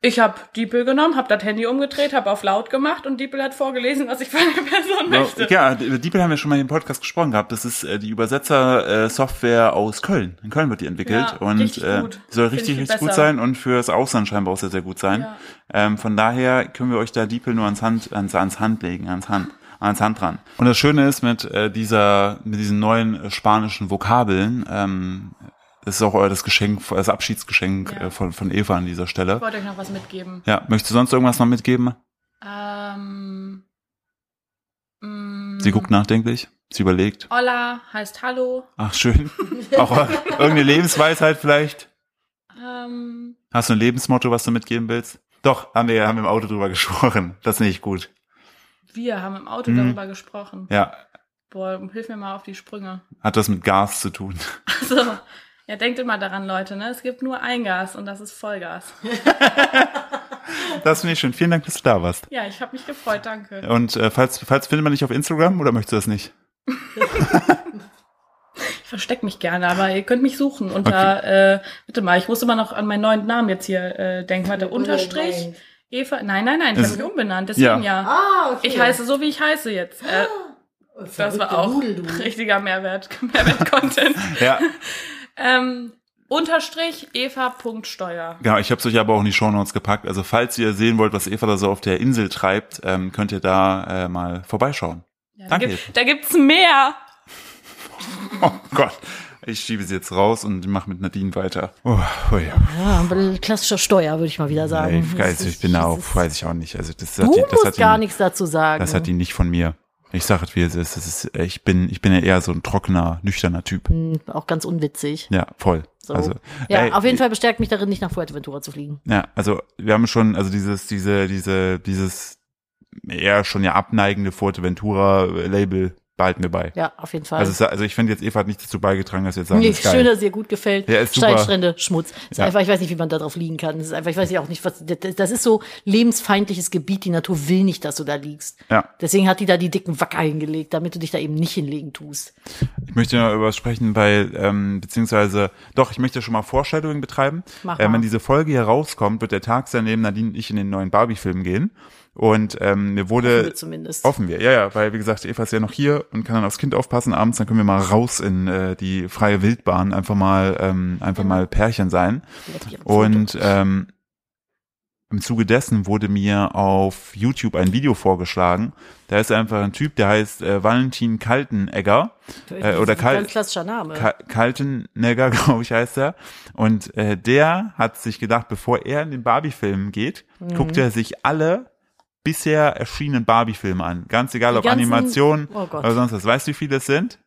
Ich habe Diepel genommen, habe das Handy umgedreht, habe auf laut gemacht und Diepel hat vorgelesen, was ich von der Person möchte.
Ja, über Diepel haben wir schon mal im Podcast gesprochen gehabt. Das ist äh, die Übersetzer-Software äh, aus Köln. In Köln wird die entwickelt
Ja,
und
richtig
äh,
gut.
die soll
Find ich
richtig,
viel
richtig gut
besser.
sein und fürs Ausland scheinbar auch sehr, sehr gut sein.
Ja.
Ähm, von daher können wir euch da Diepel nur ans Hand, ans, ans Hand legen, ans Hand ans Hand dran. Und das Schöne ist mit äh, dieser, mit diesen neuen äh, spanischen Vokabeln, ähm, das ist auch euer das Geschenk, das Abschiedsgeschenk
Ja.
äh, von, von Eva an dieser Stelle.
Ich wollte euch noch was mitgeben.
Ja, möchtest du sonst irgendwas noch mitgeben?
Ähm, mm,
Sie guckt nachdenklich, sie überlegt.
Olla heißt Hallo.
Ach, schön. Auch äh, irgendeine Lebensweisheit vielleicht.
Ähm,
Hast du ein Lebensmotto, was du mitgeben willst? Doch, haben wir, haben wir im Auto drüber gesprochen. Das finde ich gut.
wir haben im Auto
Mhm.
darüber gesprochen.
Ja,
Boah, hilf mir mal auf die Sprünge. [laughs]
hat das mit Gas zu tun.
So. Ja, denkt immer daran, Leute, ne? Es gibt nur ein Gas und das ist Vollgas.
Das finde ich schön. Vielen Dank, dass du da warst.
Ja, ich habe mich gefreut, danke.
Und äh, falls, falls findet man dich auf Instagram oder möchtest du das nicht?
Ich verstecke mich gerne, aber ihr könnt mich suchen unter, äh, bitte mal, ich muss immer noch an meinen neuen Namen jetzt hier äh, denken.
Oh,
Warte, Unterstrich, Eva, nein, nein, nein, ich
Es-
habe mich umbenannt, deswegen ja.
Ah, okay.
Ich heiße so, wie ich heiße jetzt. Äh, das war
Verrückte
auch
Nudel, du.
[laughs] richtiger Mehrwert,
[laughs]
Mehrwert-Content.
Ja,
ähm, Unterstrich Eva.steuer.
genau. Ich habe es euch aber auch in die Shownotes gepackt. Also falls ihr sehen wollt, was Eva da so auf der Insel treibt, ähm, könnt ihr da äh, mal vorbeischauen.
Ja,
Danke,
Da,
Eva.
gibt, da gibt's mehr.
Oh Gott. Ich schiebe sie jetzt raus und mache mit Nadine weiter. Oh, oh ja.
Ja, Ah, ein bisschen klassischer Steuer, würde ich mal wieder sagen.
Ey, ich weiß,
Das ist-
ich bin da
das
auch,
ist-
weiß ich auch nicht. Also das hat
Du
die, das hat
musst
die,
gar nichts dazu sagen.
Das hat die nicht von mir. Ich sage es, wie es ist. Das ist äh, ich, bin, ich bin ja eher so ein trockener, nüchterner Typ.
Hm, Auch ganz unwitzig.
Ja, voll.
So.
Also,
Ja,
ey,
auf jeden Fall bestärkt mich darin, nicht nach Fuerteventura zu fliegen.
Ja, also wir haben schon, also dieses, diese, diese, dieses eher schon ja abneigende Fuerteventura-Label behalten wir bei.
Ja, auf jeden Fall.
Also, es, also ich finde jetzt, Eva hat nicht dazu beigetragen, dass wir jetzt sagen,
Nee,
das ist geil.
schön, dass es dir gut gefällt.
Ja, ist super.
Steilstrände, Schmutz. Ist
Ja.
einfach, ich weiß nicht, wie man da drauf liegen kann. Das ist einfach, ich weiß ja auch nicht, was, das das ist so lebensfeindliches Gebiet. Die Natur will nicht, dass du da liegst.
Ja.
Deswegen hat die da die dicken Wacker hingelegt, damit du dich da eben nicht hinlegen tust.
Ich möchte noch über was sprechen, weil, ähm, beziehungsweise, doch, ich möchte schon mal Foreshadowing betreiben.
Mach
Äh,
mal.
wenn diese Folge hier rauskommt, wird der Tag sein, neben Nadine und ich in den neuen Barbie-Film gehen. Und ähm, mir wurde.
Äh, zumindest.
Hoffen wir, ja, ja, weil wie gesagt, Eva ist ja noch hier und kann dann aufs Kind aufpassen abends, dann können wir mal raus in äh, die freie Wildbahn, einfach mal, ähm, einfach mal Pärchen sein. Und ähm, im Zuge dessen wurde mir auf YouTube ein Video vorgeschlagen. Da ist einfach ein Typ, der heißt äh, Valentin Kaltenegger. äh, oder Kal-
Ganz klassischer Name.
Ka Kaltenegger, [laughs] glaube ich, heißt er. Und äh, der hat sich gedacht, bevor er in den Barbie-Film geht,
Mhm.
guckt er sich alle bisher erschienenen Barbie-Filme an. Ganz egal,
Die
ob
ganzen-
Animation
Oh Gott.
oder sonst was. Weißt du, wie viele es sind?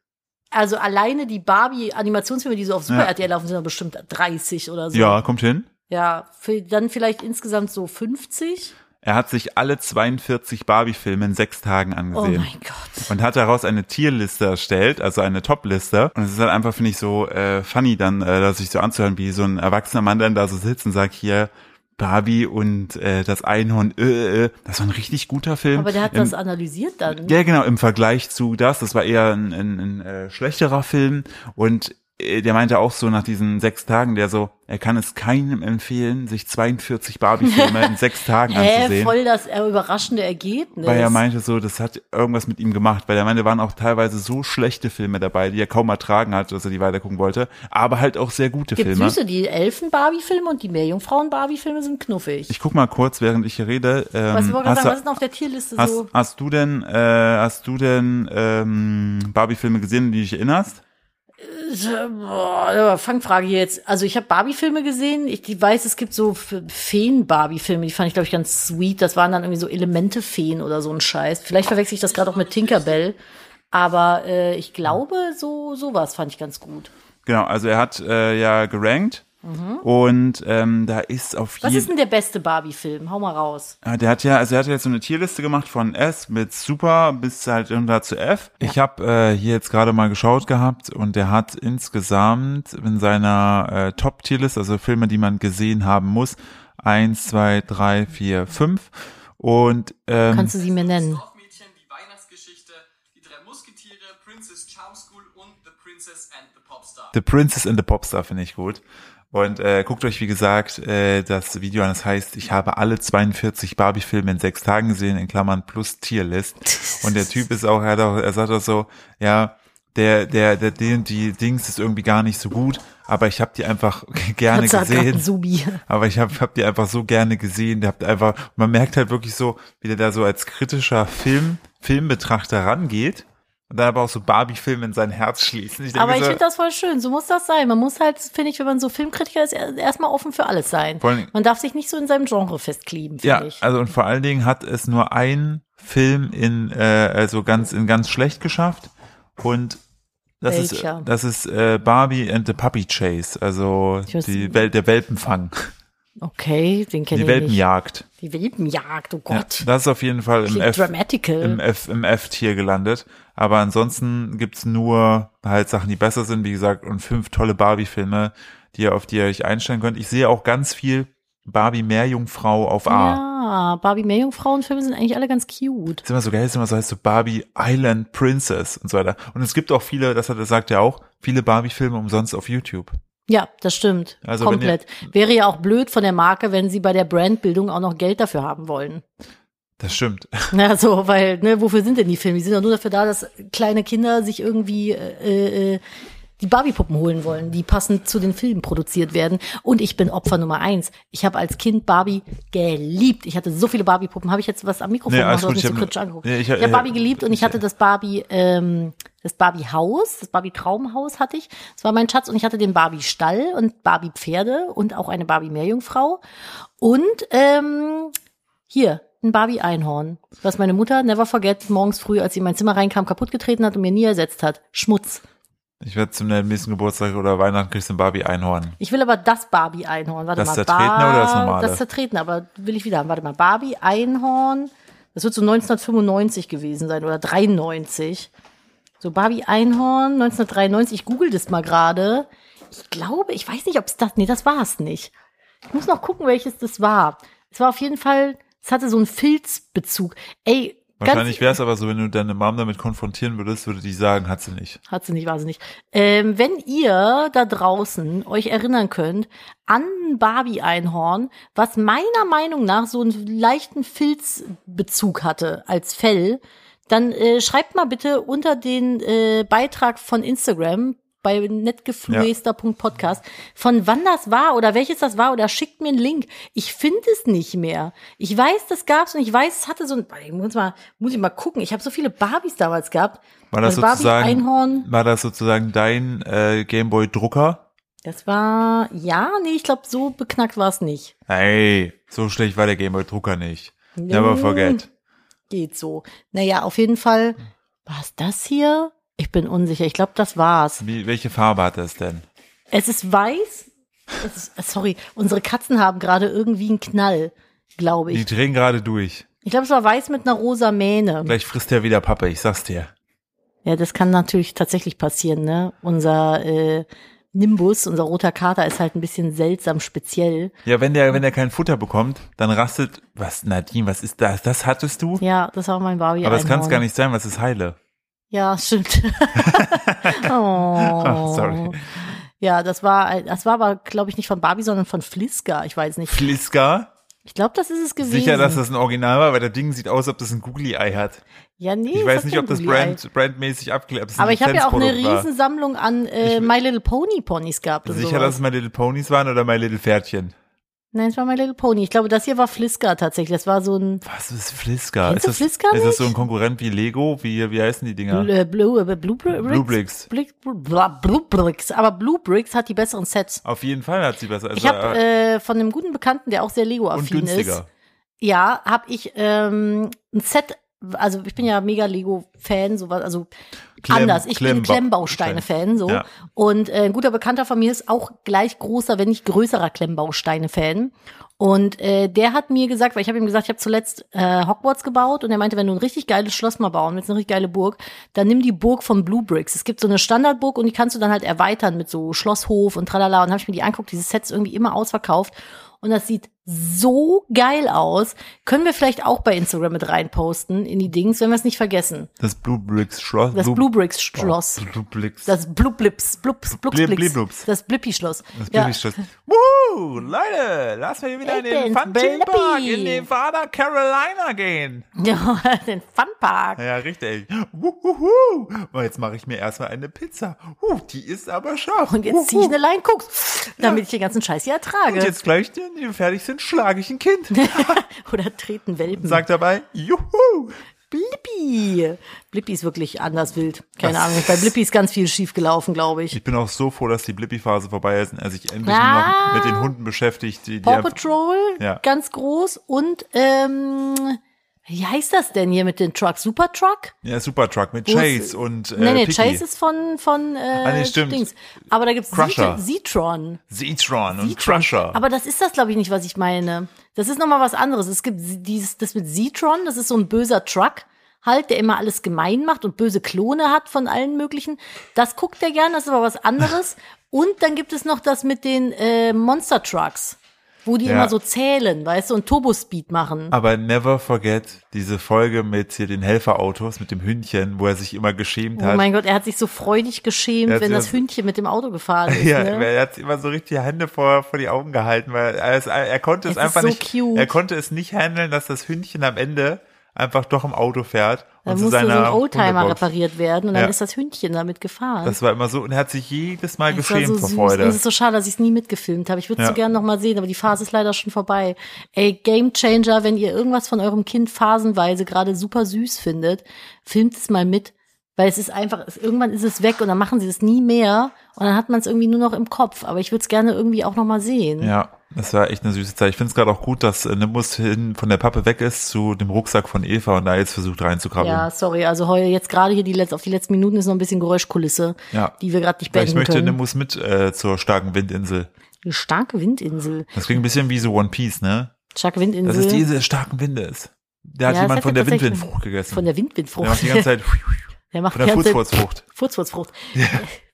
also alleine die Barbie-Animationsfilme, die so auf Super
Ja.
RTL laufen, sind da bestimmt 30 oder so.
Ja, kommt hin.
Ja, für, dann vielleicht insgesamt so 50.
Er hat sich alle 42 Barbie-Filme in sechs Tagen
Oh
angesehen.
mein Gott.
und hat daraus eine Tierliste erstellt, also eine Top-Liste. Und es ist halt einfach, finde ich, so äh, funny dann, äh, das sich so anzuhören, wie so ein erwachsener Mann dann da so sitzt und sagt, hier, Barbie und äh, das Einhorn, äh, äh, das war ein richtig guter Film.
Aber der hat
Im,
das analysiert dann.
Ja, genau, im Vergleich zu das, das war eher ein, ein, ein äh, schlechterer Film. Und äh, der meinte auch so nach diesen sechs Tagen, der so, er kann es keinem empfehlen, sich 42 Barbie-Filme in
[laughs]
sechs Tagen
Hä,
anzusehen.
voll das äh, überraschende Ergebnis.
Weil er meinte so, das hat irgendwas mit ihm gemacht, weil er meinte, waren auch teilweise so schlechte Filme dabei, die er kaum ertragen hat, dass er die weitergucken wollte, aber halt auch sehr gute
gibt
Filme.
süße, die Elfen-Barbie-Filme und die Meerjungfrauen-Barbie-Filme sind knuffig.
Ich guck mal kurz, während ich hier rede. Ähm,
was, ich wollte gerade
hast,
sagen, was
du,
ist denn auf der Tierliste
hast,
so?
hast du denn, äh, hast du denn ähm, Barbie-Filme gesehen, an die dich erinnerst?
Boah, Fangfrage hier jetzt. Also ich habe Barbie-Filme gesehen. Ich die weiß, es gibt so F- Feen-Barbie-Filme, die fand ich, glaube ich, ganz sweet. Das waren dann irgendwie so Elemente-Feen oder so ein Scheiß. Vielleicht verwechsel ich das gerade auch mit Tinkerbell. Aber äh, ich glaube, so sowas fand ich ganz gut.
Genau, also er hat äh, ja gerankt und ähm, da ist auf
Mhm. Was
jeden
ist denn der beste Barbie-Film? Hau mal raus.
Ah, Der hat ja, also er hat ja jetzt so eine Tierliste gemacht von S mit Super bis halt runter zu F. Ich habe äh, hier jetzt gerade mal geschaut gehabt und der hat insgesamt in seiner äh, Top-Tierliste, also Filme, die man gesehen haben muss, eins, zwei, drei, vier, fünf und ähm,
Kannst du sie mir nennen?
Dorfmädchen, die Weihnachtsgeschichte, die drei Musketiere, Princess Charm School und The Princess and the Popstar.
The Princess and the Popstar finde ich gut. Und äh, guckt euch, wie gesagt, äh, das Video an. Das heißt, ich habe alle 42 Barbie-Filme in sechs Tagen gesehen, in Klammern plus Tierlist. Und der Typ ist auch, er, hat auch, er sagt auch so, ja, der, der, der, die, die Dings ist irgendwie gar nicht so gut, aber ich habe die einfach [laughs] gerne
Katze hat grad einen
gesehen.
Subi.
Aber [laughs] ich habe hab die einfach so gerne gesehen. Der habt einfach, man merkt halt wirklich so, wie der da so als kritischer Film, Filmbetrachter rangeht und dann aber auch so Barbie-Filme in sein Herz schließen. Ich denke
Aber ich
so,
finde das voll schön. So muss das sein. Man muss halt, finde ich, wenn man so Filmkritiker ist, er- erstmal offen für alles sein.
Vor allen Dingen-
Man darf sich nicht so in seinem Genre festkleben, finde
ja,
ich.
also und vor allen Dingen hat es nur ein Film in äh, also ganz in ganz schlecht geschafft und das
Welcher?
ist das ist äh, Barbie and the Puppy Chase, also
Ich weiß-
die Welt der Welpenfang,
Okay, den
die
kenne ich nicht.
Welpenjagd.
Die Welpenjagd, oh
Ja,
Gott.
das ist auf jeden Fall im
Klingt
F,
dramatical.
im F im F-Tier gelandet. Aber ansonsten gibt's nur halt Sachen, die besser sind, wie gesagt, und fünf tolle Barbie-Filme, die ihr auf die ihr euch einstellen könnt. Ich sehe auch ganz viel Barbie Meerjungfrau auf A.
Ja, Ah, Barbie Meerjungfrauenfilme sind eigentlich alle ganz cute.
ist immer so geil, ist immer so heißt so Barbie Island Princess und so weiter. Und es gibt auch viele, das hat er sagt ja auch, viele Barbie-Filme umsonst auf YouTube.
Ja, das stimmt.
Also wenn
Komplett. Wäre ja auch blöd von der Marke, wenn sie bei der Brandbildung auch noch Geld dafür haben wollen.
Das stimmt.
[laughs] Na so, weil, ne, wofür sind denn die Filme? Die sind doch nur dafür da, dass kleine Kinder sich irgendwie äh, äh, die Barbie-Puppen holen wollen, die passend zu den Filmen produziert werden. Und ich bin Opfer Nummer eins. Ich habe als Kind Barbie geliebt. Ich hatte so viele Barbie-Puppen. Habe ich jetzt was am Mikrofon
Nee,
gemacht,
alles
du hast
gut,
mich
ich
so
hab-
kritisch angeguckt?
Nee, ich-
ich habe
äh,
Barbie geliebt und ich hatte das Barbie, ähm, das Barbie-Haus, das Barbie-Traumhaus hatte ich. Das war mein Schatz und ich hatte den Barbie-Stall und Barbie-Pferde und auch eine Barbie-Meerjungfrau. Und ähm, hier, ein Barbie-Einhorn, was meine Mutter, never forget, morgens früh, als sie in mein Zimmer reinkam, kaputt getreten hat und mir nie ersetzt hat. Schmutz.
Ich werde zum nächsten Geburtstag oder Weihnachten kriegst du ein Barbie Einhorn.
Ich will aber das Barbie-Einhorn. Warte
Das
mal.
zertretene
Bar-
oder das normale?
Das zertretene, aber will ich wieder haben. Warte mal, Barbie-Einhorn. Das wird so 1995 gewesen sein oder 93. So Barbie-Einhorn 1993. Ich google das mal gerade. Ich glaube, ich weiß nicht, ob es das, nee, das war es nicht. Ich muss noch gucken, welches das war. Es war auf jeden Fall, es hatte so einen Filzbezug. Ey, ganz,
Wahrscheinlich wäre es aber so, wenn du deine Mom damit konfrontieren würdest, würde die sagen, hat sie nicht.
Hat sie nicht, war sie nicht. Ähm, wenn ihr da draußen euch erinnern könnt an ein Barbie-Einhorn, was meiner Meinung nach so einen leichten Filzbezug hatte als Fell, dann äh, schreibt mal bitte unter den äh, Beitrag von Instagram bei netgefluester.podcast, von wann das war oder welches das war oder schickt mir einen Link. Ich finde es nicht mehr. Ich weiß, das gab's und ich weiß, es hatte so ein, ich muss mal, muss ich mal gucken. Ich habe so viele Barbies damals gehabt.
War das
Also
sozusagen-
Barbie-Einhorn.
War das sozusagen dein äh, Gameboy-Drucker?
Das war, ja, nee, ich glaube, so beknackt war es nicht.
Hey, so schlecht war der Gameboy-Drucker nicht. Never forget.
Geht so. Naja, auf jeden Fall, war es das hier? Ich bin unsicher. Ich glaube, das war's.
Wie, welche Farbe hat das denn?
Es ist weiß. Es ist, äh, sorry, unsere Katzen haben gerade irgendwie einen Knall, glaube
Die
ich.
drehen gerade durch.
Ich glaube, es war weiß mit einer rosa Mähne.
Gleich frisst der wieder Pappe, ich sag's dir.
Ja, das kann natürlich tatsächlich passieren, ne? Unser äh, Nimbus, unser roter Kater ist halt ein bisschen seltsam speziell.
Ja, wenn der, wenn der kein Futter bekommt, dann rastet, was, Nadine, was ist das? Das hattest du?
Ja, das war mein Barbie.
Aber es kann es
Einhorn.
gar nicht sein, was ist heile?
Ja, [laughs] stimmt.
[laughs]
oh.
Oh, sorry.
Ja, das war, ein- das war aber, glaube ich, nicht von Barbie, sondern von Fliska. Ich weiß nicht.
Fliska?
Ich glaube, das ist es gewesen.
Sicher, dass das ein Original war, weil der Ding sieht aus, ob das ein Googly-Ei hat.
Ja, nee,
Ich
es
weiß
hat
nicht,
kein
ob das
Google-Ei.
Brand, brandmäßig abgeklebt ist.
Aber ich habe ja auch eine
riesen
Riesensammlung an äh,
Ich-
My Little Pony Ponys gehabt. Und
Sicher, dass es
sowas.
My Little Ponies waren oder My Little Pferdchen?
Nein, es war My Little Pony. Ich glaube, das hier war Fliska tatsächlich. Das war so ein
Was ist Fliska?
Kennst
ist
du
das,
Fliska
Ist das
nicht?
so ein Konkurrent wie Lego? Wie, wie heißen die Dinger?
Bl- äh, Blue, äh, Blue, Bri-
Blue Bricks.
Blick- bla- Blue Bricks. Aber Blue Bricks hat die besseren Sets.
Auf jeden Fall hat sie besser. Also,
Ich habe
äh,
äh, von einem guten Bekannten, der auch sehr
und
Lego-affin ist,
günstiger.
ja, habe ich ähm, ein Set, also ich bin ja mega Lego-Fan, sowas, also
Klemm-
anders. Ich bin
Klemmbau-
Klemmbausteine-Fan, so.
Ja.
Und äh, ein guter Bekannter von mir ist auch gleich großer, wenn nicht größerer Klemmbausteine-Fan. Und äh, der hat mir gesagt, weil ich habe ihm gesagt, ich habe zuletzt äh, Hogwarts gebaut und er meinte, wenn du ein richtig geiles Schloss mal bauen willst, eine richtig geile Burg, dann nimm die Burg von Blue Bricks. Es gibt so eine Standardburg und die kannst du dann halt erweitern mit so Schlosshof und tralala. Und habe ich mir die anguckt, diese Sets irgendwie immer ausverkauft. und das sieht so geil aus. Können wir vielleicht auch bei Instagram mit reinposten in die Dings, wenn wir es nicht vergessen.
Das Blue Oh, Bricks Schloss.
Das Blue Bricks Schloss.
Blue Bricks.
Das Blue Blips, Blups, Blups,
Blip-
Blips.
Bliblups.
Das Blippi Schloss.
Das
Ja.
Blippi Schloss. Woo! Leute, lass mir wieder in
Ich
den
bin's,
Fun Theme Park
Blippi.
in Nevada, Carolina gehen.
Ja, [laughs] den Funpark.
Ja, richtig. Wuhuhu. Und jetzt mache ich mir erstmal eine Pizza. Huh, die ist aber scharf.
Und jetzt ziehe ich eine Line Koks, damit
Ja.
ich den ganzen Scheiß hier ertrage.
Und jetzt gleich, wenn wir fertig sind, schlage ich ein
[laughs]
Kind.
Oder treten Welpen.
Sag dabei, juhu.
Blippi. Blippi ist wirklich anders wild. Keine
Was?
Ahnung. Bei Blippi ist ganz viel schief gelaufen, glaube ich.
Ich bin auch so froh, dass die Blippi-Phase vorbei ist und er sich endlich
Ah.
nur noch mit den Hunden beschäftigt. Die, die
Paw
einfach-
Patrol,
Ja.
ganz groß. Und ähm, wie heißt das denn hier mit den Trucks? Super Truck?
ja, Supertruck mit
Wo
Chase
ist-
und äh,
nee, nee,
Piggy. Ah,
Chase ist von, von äh,
nee, stimmt.
Dings. Aber da gibt's
Crusher.
Z- Zetron.
Zetron und
Zetron.
Crusher.
Aber das ist das, glaube ich, nicht, was ich meine. Das ist nochmal was anderes. Es gibt dieses, das mit Zetron, das ist so ein böser Truck halt, der immer alles gemein macht und böse Klone hat von allen möglichen. Das guckt er gern, das ist aber was
[laughs]
anderes. und dann gibt es noch das mit den äh, Monster Trucks, wo die
Ja. Ah,
immer so zählen, weißt du, und Turbospeed machen.
Aber never forget diese Folge mit hier den Helferautos, mit dem Hündchen, wo er sich immer geschämt
Oh
hat.
mein Gott, er hat sich so freudig geschämt,
Er hat
wenn
sich
das
das-
Hündchen mit dem Auto
[laughs]
gefahren ist.
ja,
ne?
er hat immer so richtig die Hände vor, vor die Augen gehalten, weil er, es, er konnte es,
Es ist
einfach
so
nicht,
cute.
er konnte es nicht handeln, dass das Hündchen am Ende einfach doch im Auto fährt
Da
und zu
musste so
seiner
ein Oldtimer
Hundebox.
repariert werden und dann
Ja.
ist das Hündchen damit gefahren.
Das war immer so und er hat sich jedes Mal
Es war
geschämt vor
Und es
Freude.
ist so schade, dass ich es nie mitgefilmt habe. Ich würde es
Ja.
so gerne nochmal sehen, aber die Phase ist leider schon vorbei. Ey, Game Changer, wenn ihr irgendwas von eurem Kind phasenweise gerade super süß findet, filmt es mal mit. Weil es ist einfach, es, irgendwann ist es weg und dann machen sie es nie mehr und dann hat man es irgendwie nur noch im Kopf. Aber ich würde es gerne irgendwie auch nochmal sehen.
Ja, das war echt eine süße Zeit. Ich finde es gerade auch gut, dass äh, Nimbus hin von der Pappe weg ist zu dem Rucksack von Eva und da jetzt versucht reinzukrabbeln.
Ja, sorry, also heu, jetzt gerade hier die letz, auf die letzten Minuten ist noch ein bisschen Geräuschkulisse,
Ja.
die wir gerade nicht
Vielleicht
beenden
möchte
können.
Nimbus mit äh, zur starken Windinsel.
Eine starke Windinsel.
Das klingt ein bisschen wie so One Piece, ne?
Starke Windinsel.
Dass es diese starken Winde ist. Da hat
Mhm. Ja, das
jemand
hat
von
er
der
tatsächlich-
Windwindfrucht gegessen.
von der
der
Windwindfrucht.
macht die ganze
[laughs]
Zeit
Der macht
von der
die ganze Zeit-
Furzfurzfrucht.
Furzfurzfrucht.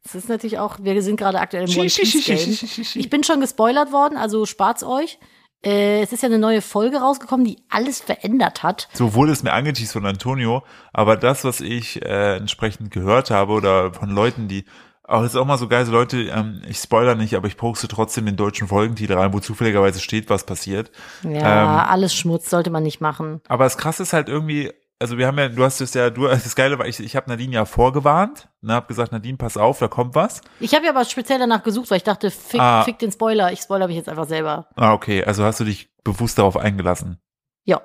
Das ist natürlich auch, wir sind gerade aktuell im
Schi,
One
schi, schi,
Piece
schi,
Game.
schi, schi, schi.
Ich bin schon gespoilert worden, also spart's euch. Äh, es ist ja eine neue Folge rausgekommen, die alles verändert hat.
So wurde es mir angeteased von Antonio, aber das, was ich äh, entsprechend gehört habe oder von Leuten, die auch das ist auch mal so geil, so Leute, ähm, ich spoiler nicht, aber ich poste trotzdem den deutschen Folgentitel rein, wo zufälligerweise steht, was passiert.
Ja, Ah, alles Schmutz sollte man nicht machen.
Aber das krasse ist halt irgendwie, also wir haben ja, du hast es ja, du, [laughs] das Geile war, ich, ich habe Nadine ja vorgewarnt, ne, habe gesagt, Nadine, pass auf, da kommt was.
Ich habe ja aber speziell danach gesucht, weil ich dachte, fick,
Ah.
fick den Spoiler. Ich spoilere mich jetzt einfach selber.
Ah, okay, also hast du dich bewusst darauf eingelassen.
Ja.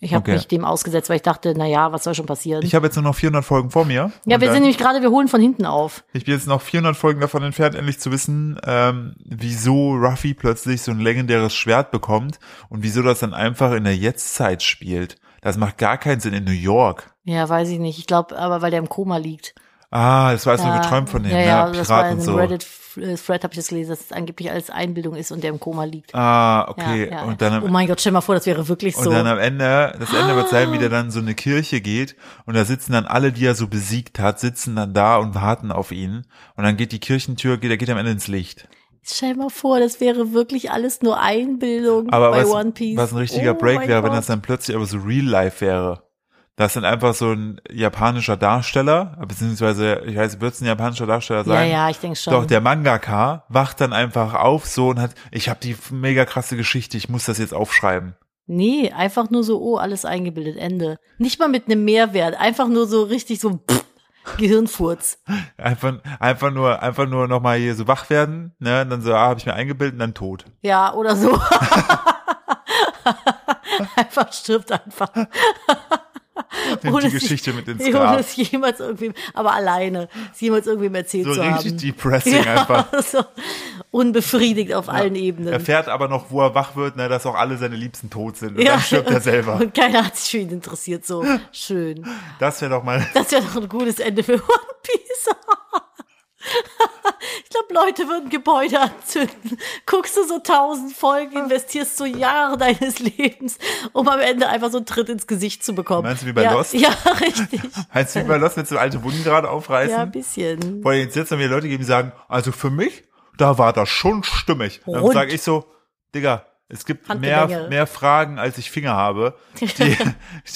Ich habe
Okay.
mich dem ausgesetzt, weil ich dachte, na ja, was soll schon passieren?
Ich habe jetzt nur noch 400 Folgen vor mir.
ja,
Und
wir
dann-
sind nämlich gerade, wir holen von hinten auf.
Ich bin jetzt noch 400 Folgen davon entfernt, endlich zu wissen, ähm, wieso Ruffy plötzlich so ein legendäres Schwert bekommt und wieso das dann einfach in der Jetztzeit spielt. Das macht gar keinen Sinn in New York.
Ja, weiß ich nicht. Ich glaube, aber weil der im Koma liegt.
Ah, das war jetzt
Ja,
nur geträumt von dem,
ja,
ne?
ja, das war
Pirat
in
und
einem
so.
Reddit-Thread, habe ich das gelesen, dass es angeblich alles Einbildung ist und der im Koma liegt.
Ah, okay.
Ja, ja.
Und dann am
oh mein Gott, stell mal vor, das wäre wirklich
Und
so. Ah.
dann am Ende, das Ende wird sein, wie der dann in so eine Kirche geht und da sitzen dann alle, die er so besiegt hat, sitzen dann da und warten auf ihn. Und dann geht die Kirchentür, geht, der geht am Ende ins Licht.
Stell mal vor, das wäre wirklich alles nur Einbildung
Aber
bei
was,
One Piece.
was ein richtiger
Oh
Break
mein
wäre, wenn das
Gott.
dann plötzlich aber so Real Life wäre. Das dann einfach so ein japanischer Darsteller, beziehungsweise, ich weiß, wird es ein japanischer Darsteller
Ja,
sein?
ja, ich denke schon.
Doch, der Mangaka wacht dann einfach auf so und hat, ich habe die mega krasse Geschichte, ich muss das jetzt aufschreiben.
nee, einfach nur so, oh, alles eingebildet, Ende. Nicht mal mit einem Mehrwert, einfach nur so richtig so pff, Gehirnfurz.
Einfach, einfach nur, einfach nur nochmal hier so wach werden, ne? Und dann so, ah, habe ich mir eingebildet und dann tot. [laughs]
Ja, oder so. [laughs] einfach stirbt einfach.
Nimmt die
es-
Geschichte mit ins
Ohne
Grab.
es jemals irgendwem, aber alleine, es jemals irgendwem erzählt
So
zu
richtig
[laughs] haben.
depressing einfach.
so unbefriedigt auf allen Ebenen.
Erfährt aber noch, wo er wach wird, ne, dass auch alle seine Liebsten tot sind. Und
Ja.
dann stirbt er selber.
Und keiner hat sich für ihn interessiert. So schön.
Das wäre doch mal. [laughs]
Das wäre doch ein gutes Ende für One Piece. [laughs] Ich glaube, Leute würden Gebäude anzünden. Guckst du so tausend Folgen, investierst so Jahre deines Lebens, um am Ende einfach so einen Tritt ins Gesicht zu bekommen.
Meinst du wie bei
ja,
Lost?
[laughs] Ja, richtig.
Heißt du überlassen, jetzt so alte Wunden gerade aufreißen?
Ja, ein bisschen.
Weil jetzt jetzt noch wieder Leute geben, die sagen, also für mich, da war das schon stimmig. Dann
Rund.
sage ich so, Digga, Es gibt mehr,
Handgemenge.
mehr Fragen, als ich Finger habe,
[laughs]
die,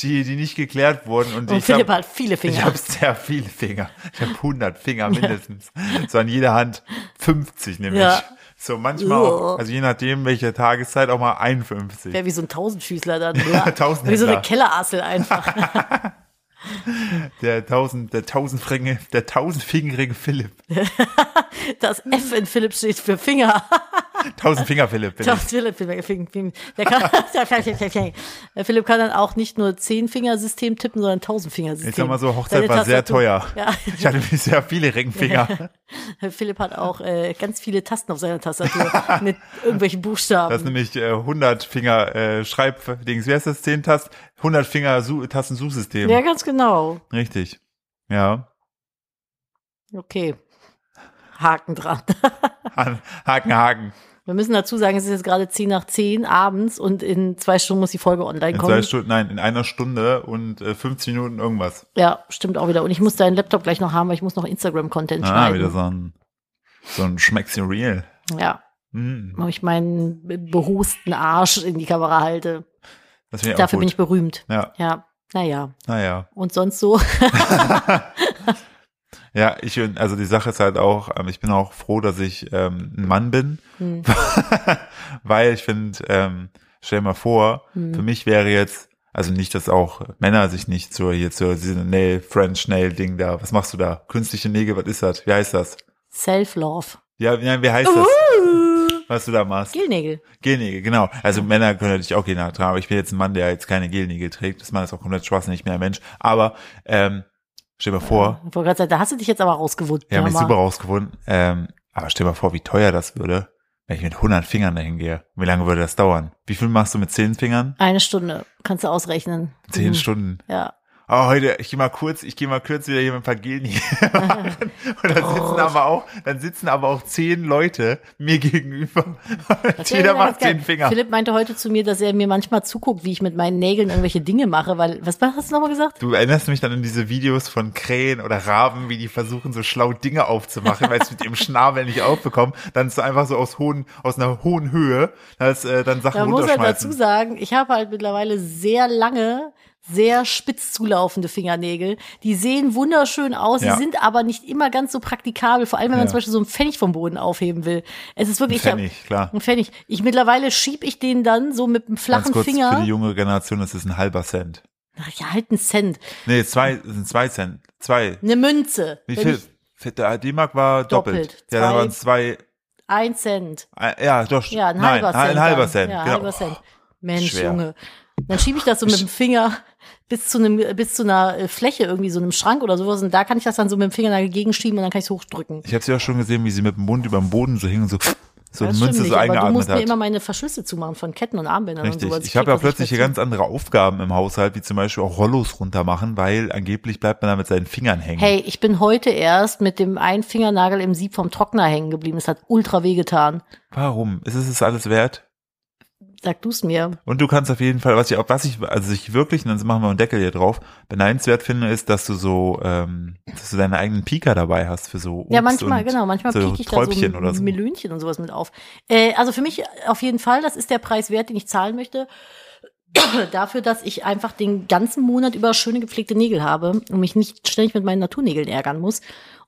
die, die nicht geklärt wurden. Und,
Und
ich
Philipp
hab-
hat viele Finger.
Ich habe sehr viele Finger. Ich habe 100 Finger mindestens. So an jeder Hand 50 nämlich.
Ja.
So manchmal
Ja.
auch, also je nachdem, welche Tageszeit, auch mal 51.
Wäre wie so ein Tausendfüßler dann.
Ja, [laughs]
Oder?
Tausendhändler.
Wie so eine Kellerassel einfach.
Der 1000, der 1000 Fringe, der 1000 fingerige Philipp.
Das F in Philipp steht
[laughs]
für Finger.
1000 Finger Philipp. bin ich.
Das Philipp, Philipp, Philipp, Philipp. Der kann, [laughs] der Philipp- Philipp kann dann auch nicht nur Zehn-Finger-System tippen, sondern Tausend-Finger-System.
Ich sag mal so, Hochzeit
Seine
war sehr
Tastatur-
teuer.
Ja.
Ich hatte sehr viele Ringfinger.
[laughs] Philipp hat auch äh, ganz viele Tasten auf seiner Tastatur [laughs] mit irgendwelchen Buchstaben.
Das ist nämlich äh, 100 Finger äh, Schreibdings. Wie heißt das? 10 Tasten? 100 Finger Su Tastensuchsystem.
ja, ganz genau.
Richtig. Ja.
Okay. Haken dran.
Han- Haken, Haken.
Wir müssen dazu sagen, es ist jetzt gerade 10 nach 10 abends und in zwei Stunden muss die Folge online
In zwei
kommen.
Stunden, nein, in einer Stunde und äh, 15 Minuten irgendwas.
Ja, stimmt auch wieder. Und ich muss deinen Laptop gleich noch haben, weil ich muss noch Instagram-Content
Ah, wieder
schneiden.
so ein, so ein Schmeckt's real.
Ja,
Mm,
wo ich meinen be- behosten Arsch in die Kamera halte.
das finde ich
Dafür
auch
bin
gut.
ich berühmt.
Ja,
Ja, naja.
naja.
Und sonst so. [laughs]
Ja, ich bin, also die Sache ist halt auch, ähm, ich bin auch froh, dass ich ähm, ein Mann bin,
Hm.
[laughs] weil ich finde, ähm, stell dir mal vor,
Hm.
für mich wäre jetzt, also nicht, dass auch Männer sich nicht zur, hier zur diesem Nail, French Nail Ding da, was machst du da? Künstliche Nägel, was ist das? Wie heißt das?
Self-Love. Uh,
Ja, nein, wie heißt das,
Uhuh.
was du da machst?
Gelnägel.
Gelnägel, genau. Also Männer können natürlich auch Gelnägel tragen, aber ich bin jetzt ein Mann, der jetzt keine Gelnägel trägt. Das Mann ist auch komplett schwarz, nicht mehr ein Mensch. Aber ähm, stell dir mal vor,
Ich wollte gerade sagen, da hast du dich jetzt aber rausgewunden.
wir haben mich
Hammer.
super rausgefunden. Ähm, aber stell dir mal vor, wie teuer das würde, wenn ich mit 100 Fingern dahin gehe. Wie lange würde das dauern? Wie viel machst du mit 10 Fingern?
Eine Stunde. Kannst du ausrechnen.
10
Mhm.
Stunden.
Ja.
Oh, heute, ich gehe mal kurz, ich gehe mal kurz wieder hier mit ein paar Gelnägel
[laughs]
machen. Und dann
Oh.
sitzen aber auch, dann sitzen aber auch 10 Leute mir gegenüber. Und jeder macht 10 Finger.
Philipp meinte heute zu mir, dass er mir manchmal zuguckt, wie ich mit meinen Nägeln irgendwelche Dinge mache, weil, was hast du nochmal gesagt?
Du erinnerst mich dann an diese Videos von Krähen oder Raben, wie die versuchen, so schlau Dinge aufzumachen, weil sie es mit ihrem Schnabel nicht aufbekommen. Dann ist so einfach so aus hohen, aus einer hohen Höhe, dass, äh, dann Sachen
Da muss halt
runterschmeißen.
dazu sagen, ich habe halt mittlerweile sehr lange, sehr spitz zulaufende Fingernägel. Die sehen wunderschön aus,
Ja.
sie sind aber nicht immer ganz so praktikabel, vor allem wenn man
Ja.
zum Beispiel so einen Pfennig vom Boden aufheben will. Es ist wirklich.
Pfennig, klar.
Ein Pfennig. Ich mittlerweile schieb ich den dann so mit einem
Ganz
flachen
kurz für die
Finger.
junge Generation, das ist ein halber Cent.
Ach ja, halt einen Cent.
Nee, zwei, das sind zwei Cent. Zwei.
Eine Münze.
Wie
Wenn
viel?
ich-
Der D-Mark war doppelt.
Doppelt.
Ja, da
Zwei.
waren zwei,
Ein Cent.
äh, ja, doch.
Ja, ein
nein,
halber Cent.
Ein halber
dann.
Cent,
Ja, ein
genau.
halber Cent. Mensch,
schwer.
Junge. Dann schiebe ich das so mit dem Finger bis zu einem, bis zu einer äh, Fläche irgendwie, so einem Schrank oder sowas. Und da kann ich das dann so mit dem Fingernagel gegenschieben und dann kann ich es hochdrücken.
Ich habe sie auch schon gesehen, wie sie mit dem Mund über den Boden so hing und so, so eine
Das stimmt
Münze
nicht,
so
aber du
eingeatmet
musst
hat.
mir immer meine Verschlüsse zumachen von Ketten und Armbändern
Richtig.
und sowas.
ich habe ja
krieg das nicht
plötzlich hier
mehr
ganz andere Aufgaben im Haushalt, wie zum Beispiel auch Rollos runtermachen, weil angeblich bleibt man da mit seinen Fingern hängen.
Hey, ich bin heute erst mit dem einen Fingernagel im Sieb vom Trockner hängen geblieben. Es hat ultra weh getan.
Warum? Ist es es alles wert?
Sag du's mir.
Und du kannst auf jeden Fall, was ich, auch- was ich, also ich wirklich, und dann machen wir einen Deckel hier drauf, beneidenswert finde, ist, dass du so, ähm, dass du deine eigenen Pika dabei hast für so Obst
ja, manchmal,
und
genau. Manchmal
so
pieke ich
Träubchen
da so,
oder so.
Melönchen und sowas mit auf. Äh, also für mich auf jeden Fall, das ist der Preis wert, den ich zahlen möchte. [coughs] Dafür, dass ich einfach den ganzen Monat über schöne gepflegte Nägel habe und mich nicht ständig mit meinen Naturnägeln ärgern muss.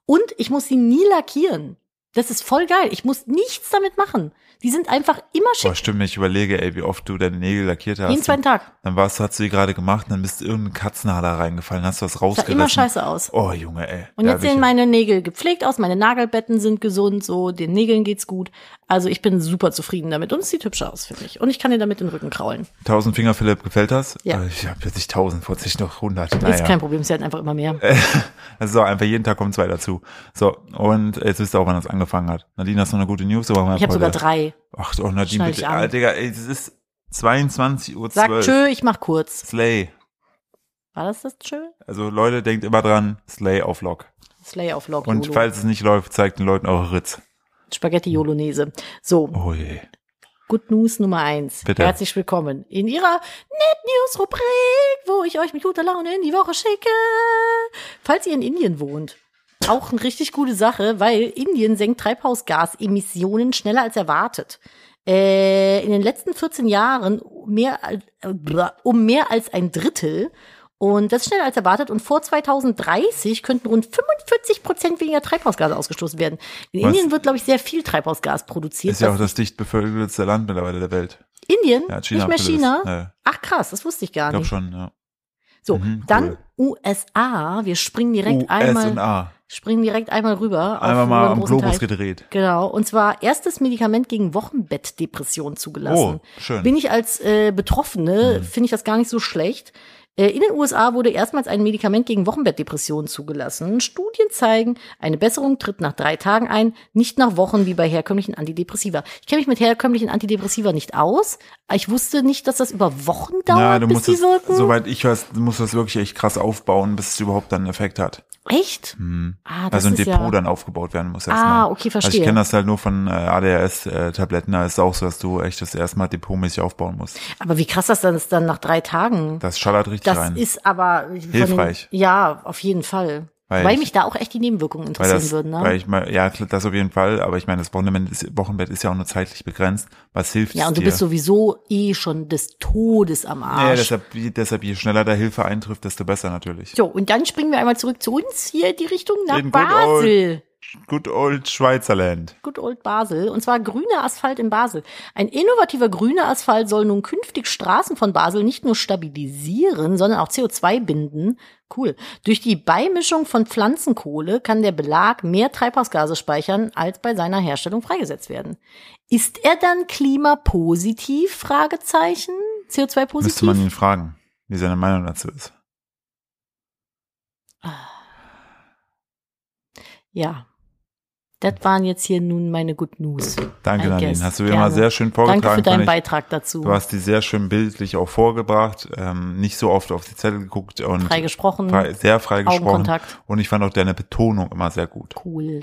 Und ich muss sie nie lackieren. Das ist voll geil. Ich muss nichts damit machen. Die sind einfach immer schick.
Boah, stimmt, ich überlege, ey, wie oft du deine Nägel lackiert hast.
Jeden zweiten Tag.
Dann warst, hast du die gerade gemacht, und dann bist du irgendein Katzenhaler reingefallen, hast du was
Sah
rausgerissen.
immer scheiße aus.
Oh, Junge, ey.
Und
Da
jetzt
hab ich
sehen
ja-
meine Nägel gepflegt aus, meine Nagelbetten sind gesund, so, den Nägeln geht's gut. Also ich bin super zufrieden damit und es sieht hübscher aus, finde ich. Und ich kann dir damit den Rücken kraulen.
Tausend Finger, Philipp, gefällt das?
Ja.
Äh, Ich habe jetzt nicht tausend, plötzlich noch hundert.
Ist
Naja.
kein Problem, es werden einfach immer mehr.
[laughs] Also einfach jeden Tag kommen zwei dazu. So, und jetzt wisst ihr auch, wann das angefangen hat. Nadine, hast du noch eine gute News?
ich habe sogar drei.
Ach, oh, Nadine,
Schneid ich
bitte.
an.
Ah, Digga, ey, es ist 22 Uhr.
Sag tschö, ich mach kurz.
Slay.
War das das tschö?
Also Leute, denkt immer dran, Slay auf Lock.
Slay auf Log
Und
YOLO.
falls es nicht läuft, zeigt den Leuten eure Ritz.
Spaghetti Jolonese. So,
Oh je.
Good News Nummer eins.
Bitte.
Herzlich willkommen in ihrer Net News Rubrik, wo ich euch mit guter Laune in die Woche schicke. Falls ihr in Indien wohnt. auch eine richtig gute Sache, weil Indien senkt Treibhausgasemissionen schneller als erwartet. Äh, in den letzten 14 Jahren mehr, als- äh, bla- um mehr als ein Drittel. Und das schneller als erwartet. Und vor 2030 könnten rund 45 Prozent weniger Treibhausgase ausgestoßen werden. In
Was?
Indien wird, glaube ich, sehr viel Treibhausgas produziert.
Ist ja auch
was-
das dicht bevölkertste Land mittlerweile der Welt.
Indien?
Ja, China
Hm, nicht mehr
abgelöst.
China?
Ja,
Ach krass, das wusste ich
ich
gar
glaube
nicht.
schon, ja.
So,
Mhm, cool.
dann USA. Wir springen direkt
U, S und
einmal,
A.
springen direkt einmal rüber. auf
Einmal mal
unseren
am
großen
Globus
Teich.
gedreht.
Genau, und zwar erstes Medikament gegen Wochenbettdepression zugelassen.
Oh, schön.
Bin ich als äh,
Mhm.
Betroffene, finde ich das gar nicht so schlecht. Äh, In den USA wurde erstmals ein Medikament gegen Wochenbettdepressionen zugelassen. Studien zeigen, eine Besserung tritt nach drei Tagen ein, nicht nach Wochen wie bei herkömmlichen Antidepressiva. Ich kenne mich mit herkömmlichen Antidepressiva nicht aus. Ich wusste nicht, dass das über Wochen dauert,
Na, du
bis
musst
die
es,
wirken.
soweit ich weiß, du musst das wirklich echt krass aufbauen, bis es überhaupt dann einen Effekt hat.
Echt?
Hm.
Ah, das
Also ein
ist
Depot
ja,
dann aufgebaut werden muss erstmal.
Ah, okay,
Also ich
verstehe.
kenne das halt nur von äh, ADHS-Tabletten, da ist es auch so, dass du echt das erstmal depotmäßig aufbauen musst.
Aber wie krass das dann ist, dann nach drei Tagen.
Das schallert richtig
Das
rein.
ist aber von
Hilfreich.
Den, ja, auf jeden Fall.
Weil
Weil,
ich-
mich da auch echt die Nebenwirkungen
weil
interessieren
das,
würden. Ne?
weil ich mal, ja, klar, das auf jeden Fall, aber ich meine, das Wochenbett ist, Wochenbett ist ja auch nur zeitlich begrenzt. Was hilft
ja, und du
dir?
bist sowieso eh schon des Todes am
Ja,
Arsch.
deshalb, deshalb, je schneller da Hilfe eintrifft, desto besser natürlich.
so, und dann springen wir einmal zurück zu uns hier in die Richtung nach
In good
Basel.
Good old Schweizerland.
Good old Basel. Und zwar grüner Asphalt in Basel. Ein innovativer grüner Asphalt soll nun künftig Straßen von Basel nicht nur stabilisieren, sondern auch CO2 binden. Cool. Durch die Beimischung von Pflanzenkohle kann der Belag mehr Treibhausgase speichern, als bei seiner Herstellung freigesetzt werden. Ist er dann klimapositiv? Fragezeichen.
Müsste man
CO2-positiv?
ihn fragen, wie seine Meinung dazu ist.
Ja. Das waren jetzt hier nun meine Good News.
Danke,
I
Nadine.
guess.
Hast du wie
Gerne.
immer sehr schön Äh, vorgetragen.
Danke für
fand
deinen
ich.
Beitrag dazu.
Du hast die sehr schön bildlich auch vorgebracht, ähm, nicht so oft auf die Zettel geguckt und
frei gesprochen.
frei, sehr frei gesprochen.
Augenkontakt.
Und ich fand auch deine Betonung immer sehr gut.
Cool.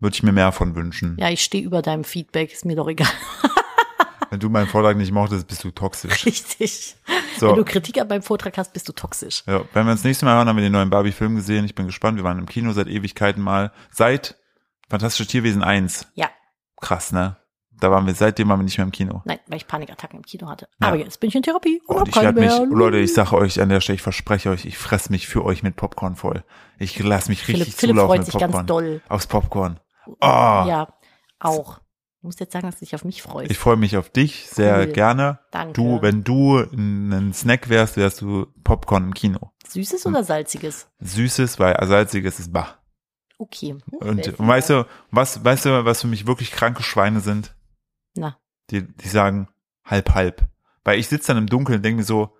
Würde ich mir mehr von wünschen.
Ja, ich stehe über deinem Feedback, ist mir doch egal. [laughs]
Wenn du meinen Vortrag nicht mochtest, bist du
[laughs]
toxisch.
Richtig. Wenn
So.
du Kritik an meinem Vortrag hast, bist du toxisch.
Ja, wenn wir uns das nächste Mal hören, haben wir den neuen Barbie-Film gesehen. Ich bin gespannt. Wir waren im Kino seit Ewigkeiten mal. Seit Fantastische Tierwesen 1.
Ja,
Krass, ne? Da waren wir seitdem waren wir nicht mehr im Kino.
nein, weil ich Panikattacken im Kino hatte.
Ja.
Aber jetzt bin ich hm. in Therapie Oh, und,
Und
hab
ich werde Oh,
keinen
mich,
mehr.
Leute, ich sage euch an der Stelle, ich verspreche euch, ich fress mich für euch mit Popcorn voll. Ich lasse mich
Philipp,
richtig
Philipp
zulaufen
freut
mit
sich
Popcorn.
ganz doll.
Aufs Popcorn. Oh,
Ja, auch. Du musst jetzt sagen, dass du dich auf mich freust.
Ich freue mich auf dich sehr
Cool.
gerne.
Danke.
Du, wenn du ein Snack wärst, wärst du Popcorn im Kino.
Süßes oder salziges?
Süßes, weil also salziges ist bah.
Okay. Hm,
Und,
wer ist
und weißt
denn
du, was, weißt du, was für mich wirklich kranke Schweine sind?
da? Na,
Die, die sagen halb, halb. Weil ich sitze dann im Dunkeln und denke mir so,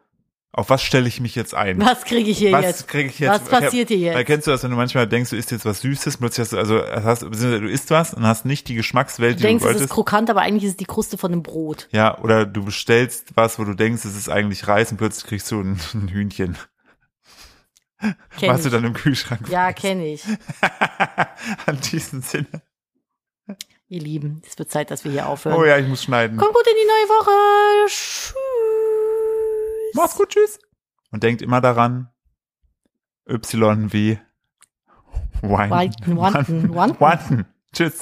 auf was stelle ich mich jetzt ein?
was kriege ich hier
Was
jetzt?
kriege ich jetzt?
Was passiert hier jetzt?
Weil kennst du das, wenn du manchmal denkst, du isst jetzt was Süßes, plötzlich hast du, also hast, beziehungsweise du isst was und hast nicht die Geschmackswelt,
Du
die
denkst,
du
es ist
wolltest.
krokant, aber eigentlich ist es die Kruste von einem Brot.
ja, oder du bestellst was, wo du denkst, es ist eigentlich Reis und plötzlich kriegst du ein, [laughs] ein Hühnchen,
Kenn
was
ich.
du dann im Kühlschrank
ja,
findest.
kenne
[laughs]
ich.
An diesen Sinne.
Ihr Lieben, es wird Zeit, dass wir hier aufhören.
Oh ja, ich muss schneiden.
Kommt gut in die neue Woche. Tschüss.
Macht's gut, tschüss. Und denkt immer daran, Y wie Wanten.
Wanten, wanten, wanten.
Wanten. Tschüss.